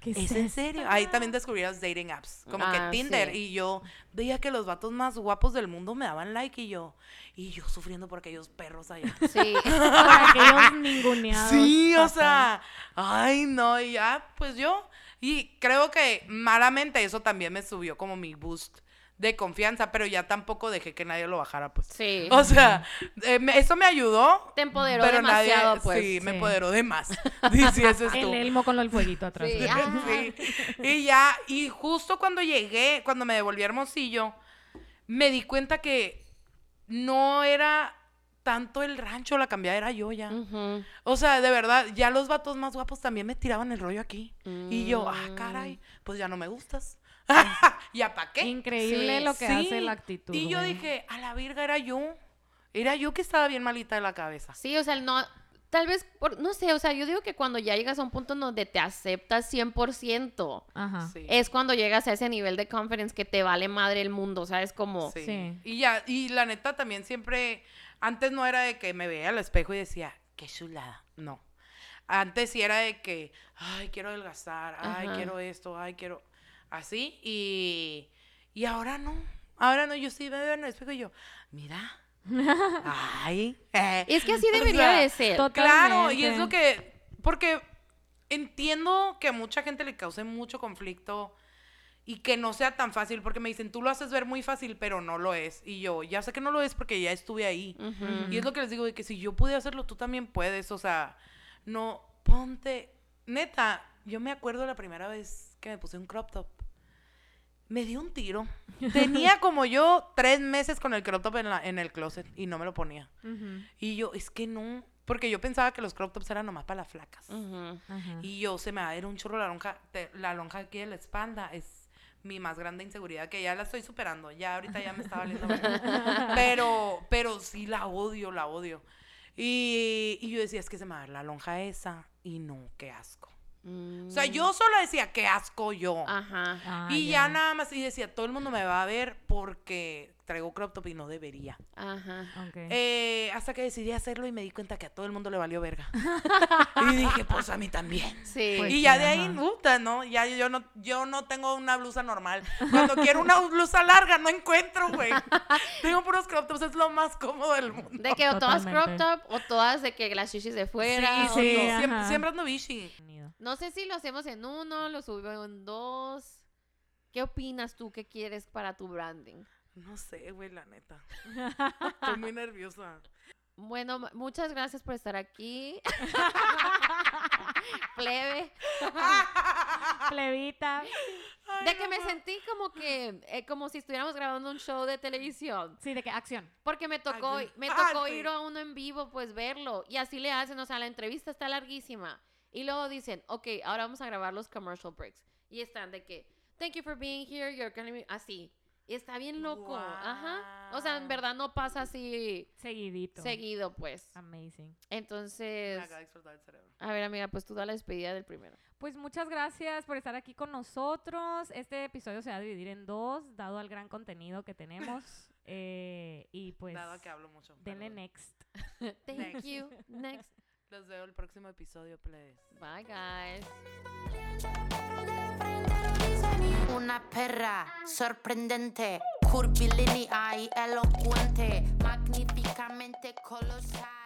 Speaker 4: ¿Qué
Speaker 3: ¿Es en serio? Ahí también descubrí las dating apps, como
Speaker 2: Ah,
Speaker 3: que Tinder.
Speaker 2: sí.
Speaker 3: Y yo veía que los vatos más guapos del mundo me daban like y yo, y yo sufriendo por aquellos perros allá.
Speaker 2: Sí.
Speaker 4: Para aquellos ninguneados.
Speaker 3: Sí, o
Speaker 4: Fatal.
Speaker 3: sea, ay no, y ya, pues yo. Y creo que malamente eso también me subió como mi boost de confianza, pero ya tampoco dejé que nadie lo bajara, pues.
Speaker 2: Sí.
Speaker 3: O sea, eh, me- eso me ayudó.
Speaker 2: Te empoderó demasiado, pues.
Speaker 3: Sí, me
Speaker 4: sí.
Speaker 3: empoderó de más. Dice, ese es
Speaker 4: El
Speaker 3: tú.
Speaker 4: elmo con el fueguito atrás.
Speaker 2: Sí.
Speaker 4: ¿verdad?
Speaker 2: Ah.
Speaker 3: Sí. Y ya, y justo cuando llegué, cuando me devolví a Hermosillo, me di cuenta que no era tanto el rancho, la cambiada era yo ya.
Speaker 4: Mm.
Speaker 2: Ujú.
Speaker 3: O sea, de verdad, ya los vatos más guapos también me tiraban el rollo aquí. Y yo, ah,
Speaker 2: Mm.
Speaker 4: Mm.
Speaker 3: caray, pues ya no me gustas. ¿Ya pa' qué?
Speaker 4: Increíble
Speaker 2: Sí,
Speaker 4: lo que
Speaker 3: Sí.
Speaker 4: hace la actitud.
Speaker 3: Y yo
Speaker 4: güey.
Speaker 3: dije, a la virga era yo. Era yo que estaba bien malita de la cabeza.
Speaker 2: Sí, o sea, el no. Tal vez, por- no sé, o sea, yo digo que cuando ya llegas a un punto en donde te aceptas 100%,
Speaker 4: Ajá.
Speaker 3: Sí.
Speaker 2: es cuando llegas a ese nivel de confidence que te vale madre el mundo, ¿sabes? Como,
Speaker 3: Sí.
Speaker 4: Sí.
Speaker 3: Y ya, y la neta también siempre, antes no era de que me veía al espejo y decía, qué chulada. No. Antes sí era de que, ay, quiero adelgazar, ay,
Speaker 2: Ajá.
Speaker 3: quiero esto, ay, quiero. Así. Y, y ahora no. Ahora no, yo sí me veo en el espejo y yo, mira. ay. eh".
Speaker 2: es que así
Speaker 3: O
Speaker 2: debería
Speaker 3: sea,
Speaker 2: de ser.
Speaker 4: tot-
Speaker 3: Claro, y es lo
Speaker 4: Totalmente.
Speaker 3: que. Porque entiendo que a mucha gente le cause mucho conflicto y que no sea tan fácil, porque me dicen, tú lo haces ver muy fácil, pero no lo es. Y yo, ya sé que no lo es porque ya estuve ahí.
Speaker 2: Ujú.
Speaker 3: Y es lo que les digo, de que si yo pude hacerlo, tú también puedes. O sea, no, ponte. Neta, yo me acuerdo la primera vez que me puse un crop top. Me dio un tiro. Tenía como yo tres meses con el crop top en, la- en el closet y no me lo ponía.
Speaker 4: Ujú,
Speaker 3: Y yo, es que no. Porque yo pensaba que los crop tops eran nomás para las flacas.
Speaker 2: Ujú.
Speaker 4: ajá.
Speaker 3: Y yo, se me va a ir un chorro la lonja. te- la lonja aquí de la espalda es mi más grande inseguridad, que ya la estoy superando. Ya ahorita ya me está valiendo. verga. pero, pero sí la odio, la odio. Y, y yo decía, es que se me va a ir la lonja esa. Y no, qué asco. O sea, yo solo decía, qué asco yo.
Speaker 2: mm. Ajá.
Speaker 4: Ah,
Speaker 3: y ya. nada más, y decía, todo el mundo me va a ver porque traigo crop top y no debería.
Speaker 2: Ajá.
Speaker 4: Ok.
Speaker 3: Eh, hasta que decidí hacerlo y me di cuenta que a todo el mundo le valió verga. y dije, pues a mí también.
Speaker 2: Sí.
Speaker 4: Pues-
Speaker 3: y ya
Speaker 4: sí,
Speaker 3: de ahí,
Speaker 4: ajá.
Speaker 3: puta, ¿no? Ya yo no, yo no tengo una blusa normal. Cuando quiero una blusa larga, no encuentro, güey. tengo puros crop tops, es lo más cómodo del mundo.
Speaker 2: de que o todas crop
Speaker 4: Totalmente.
Speaker 2: top o todas de que las chichis de fuera.
Speaker 3: sí,
Speaker 2: o
Speaker 3: sí,
Speaker 4: no.
Speaker 3: siempre-
Speaker 4: ajá.
Speaker 3: siempre ando bichi.
Speaker 2: No sé si lo hacemos en uno, lo subo en dos. ¿Qué opinas tú? ¿Qué quieres para tu branding?
Speaker 3: No sé, güey, la neta. Estoy muy nerviosa.
Speaker 2: Bueno, m- muchas gracias por estar aquí. Plebe.
Speaker 4: ah. Plebita.
Speaker 3: Ay,
Speaker 2: De
Speaker 3: no
Speaker 2: que me
Speaker 3: mames.
Speaker 2: sentí como que, eh, como si estuviéramos grabando un show de televisión.
Speaker 4: Sí, de qué acción.
Speaker 2: Porque me tocó,
Speaker 3: sí.
Speaker 2: me
Speaker 3: Ah,
Speaker 2: tocó
Speaker 3: sí.
Speaker 2: ir a uno en vivo, pues verlo. Y así le hacen, o sea, la entrevista está larguísima. Y luego dicen, ok, ahora vamos a grabar los commercial breaks. Y están de que, thank you for being here, you're gonna be-" así. Y está bien loco. Ajá. O sea, en
Speaker 3: Guau.
Speaker 2: verdad no pasa así
Speaker 4: Seguidito.
Speaker 2: seguido, pues.
Speaker 3: Ah.
Speaker 4: Amazing.
Speaker 3: Me
Speaker 2: Entonces,
Speaker 3: acaba de explotar el cerebro.
Speaker 2: a ver, amiga, pues tú da la despedida del primero.
Speaker 4: Pues muchas gracias por estar aquí con nosotros. Este episodio se va a dividir en dos, dado al gran contenido que tenemos. Eh, y pues,
Speaker 3: Dado que hablo mucho.
Speaker 4: denle
Speaker 3: perdón.
Speaker 4: next.
Speaker 2: Thank
Speaker 3: Next.
Speaker 2: you. Next.
Speaker 3: Los veo el próximo episodio, please.
Speaker 2: Bye, guys.
Speaker 1: Una perra sorprendente, curvilínea y elocuente, magníficamente colosal.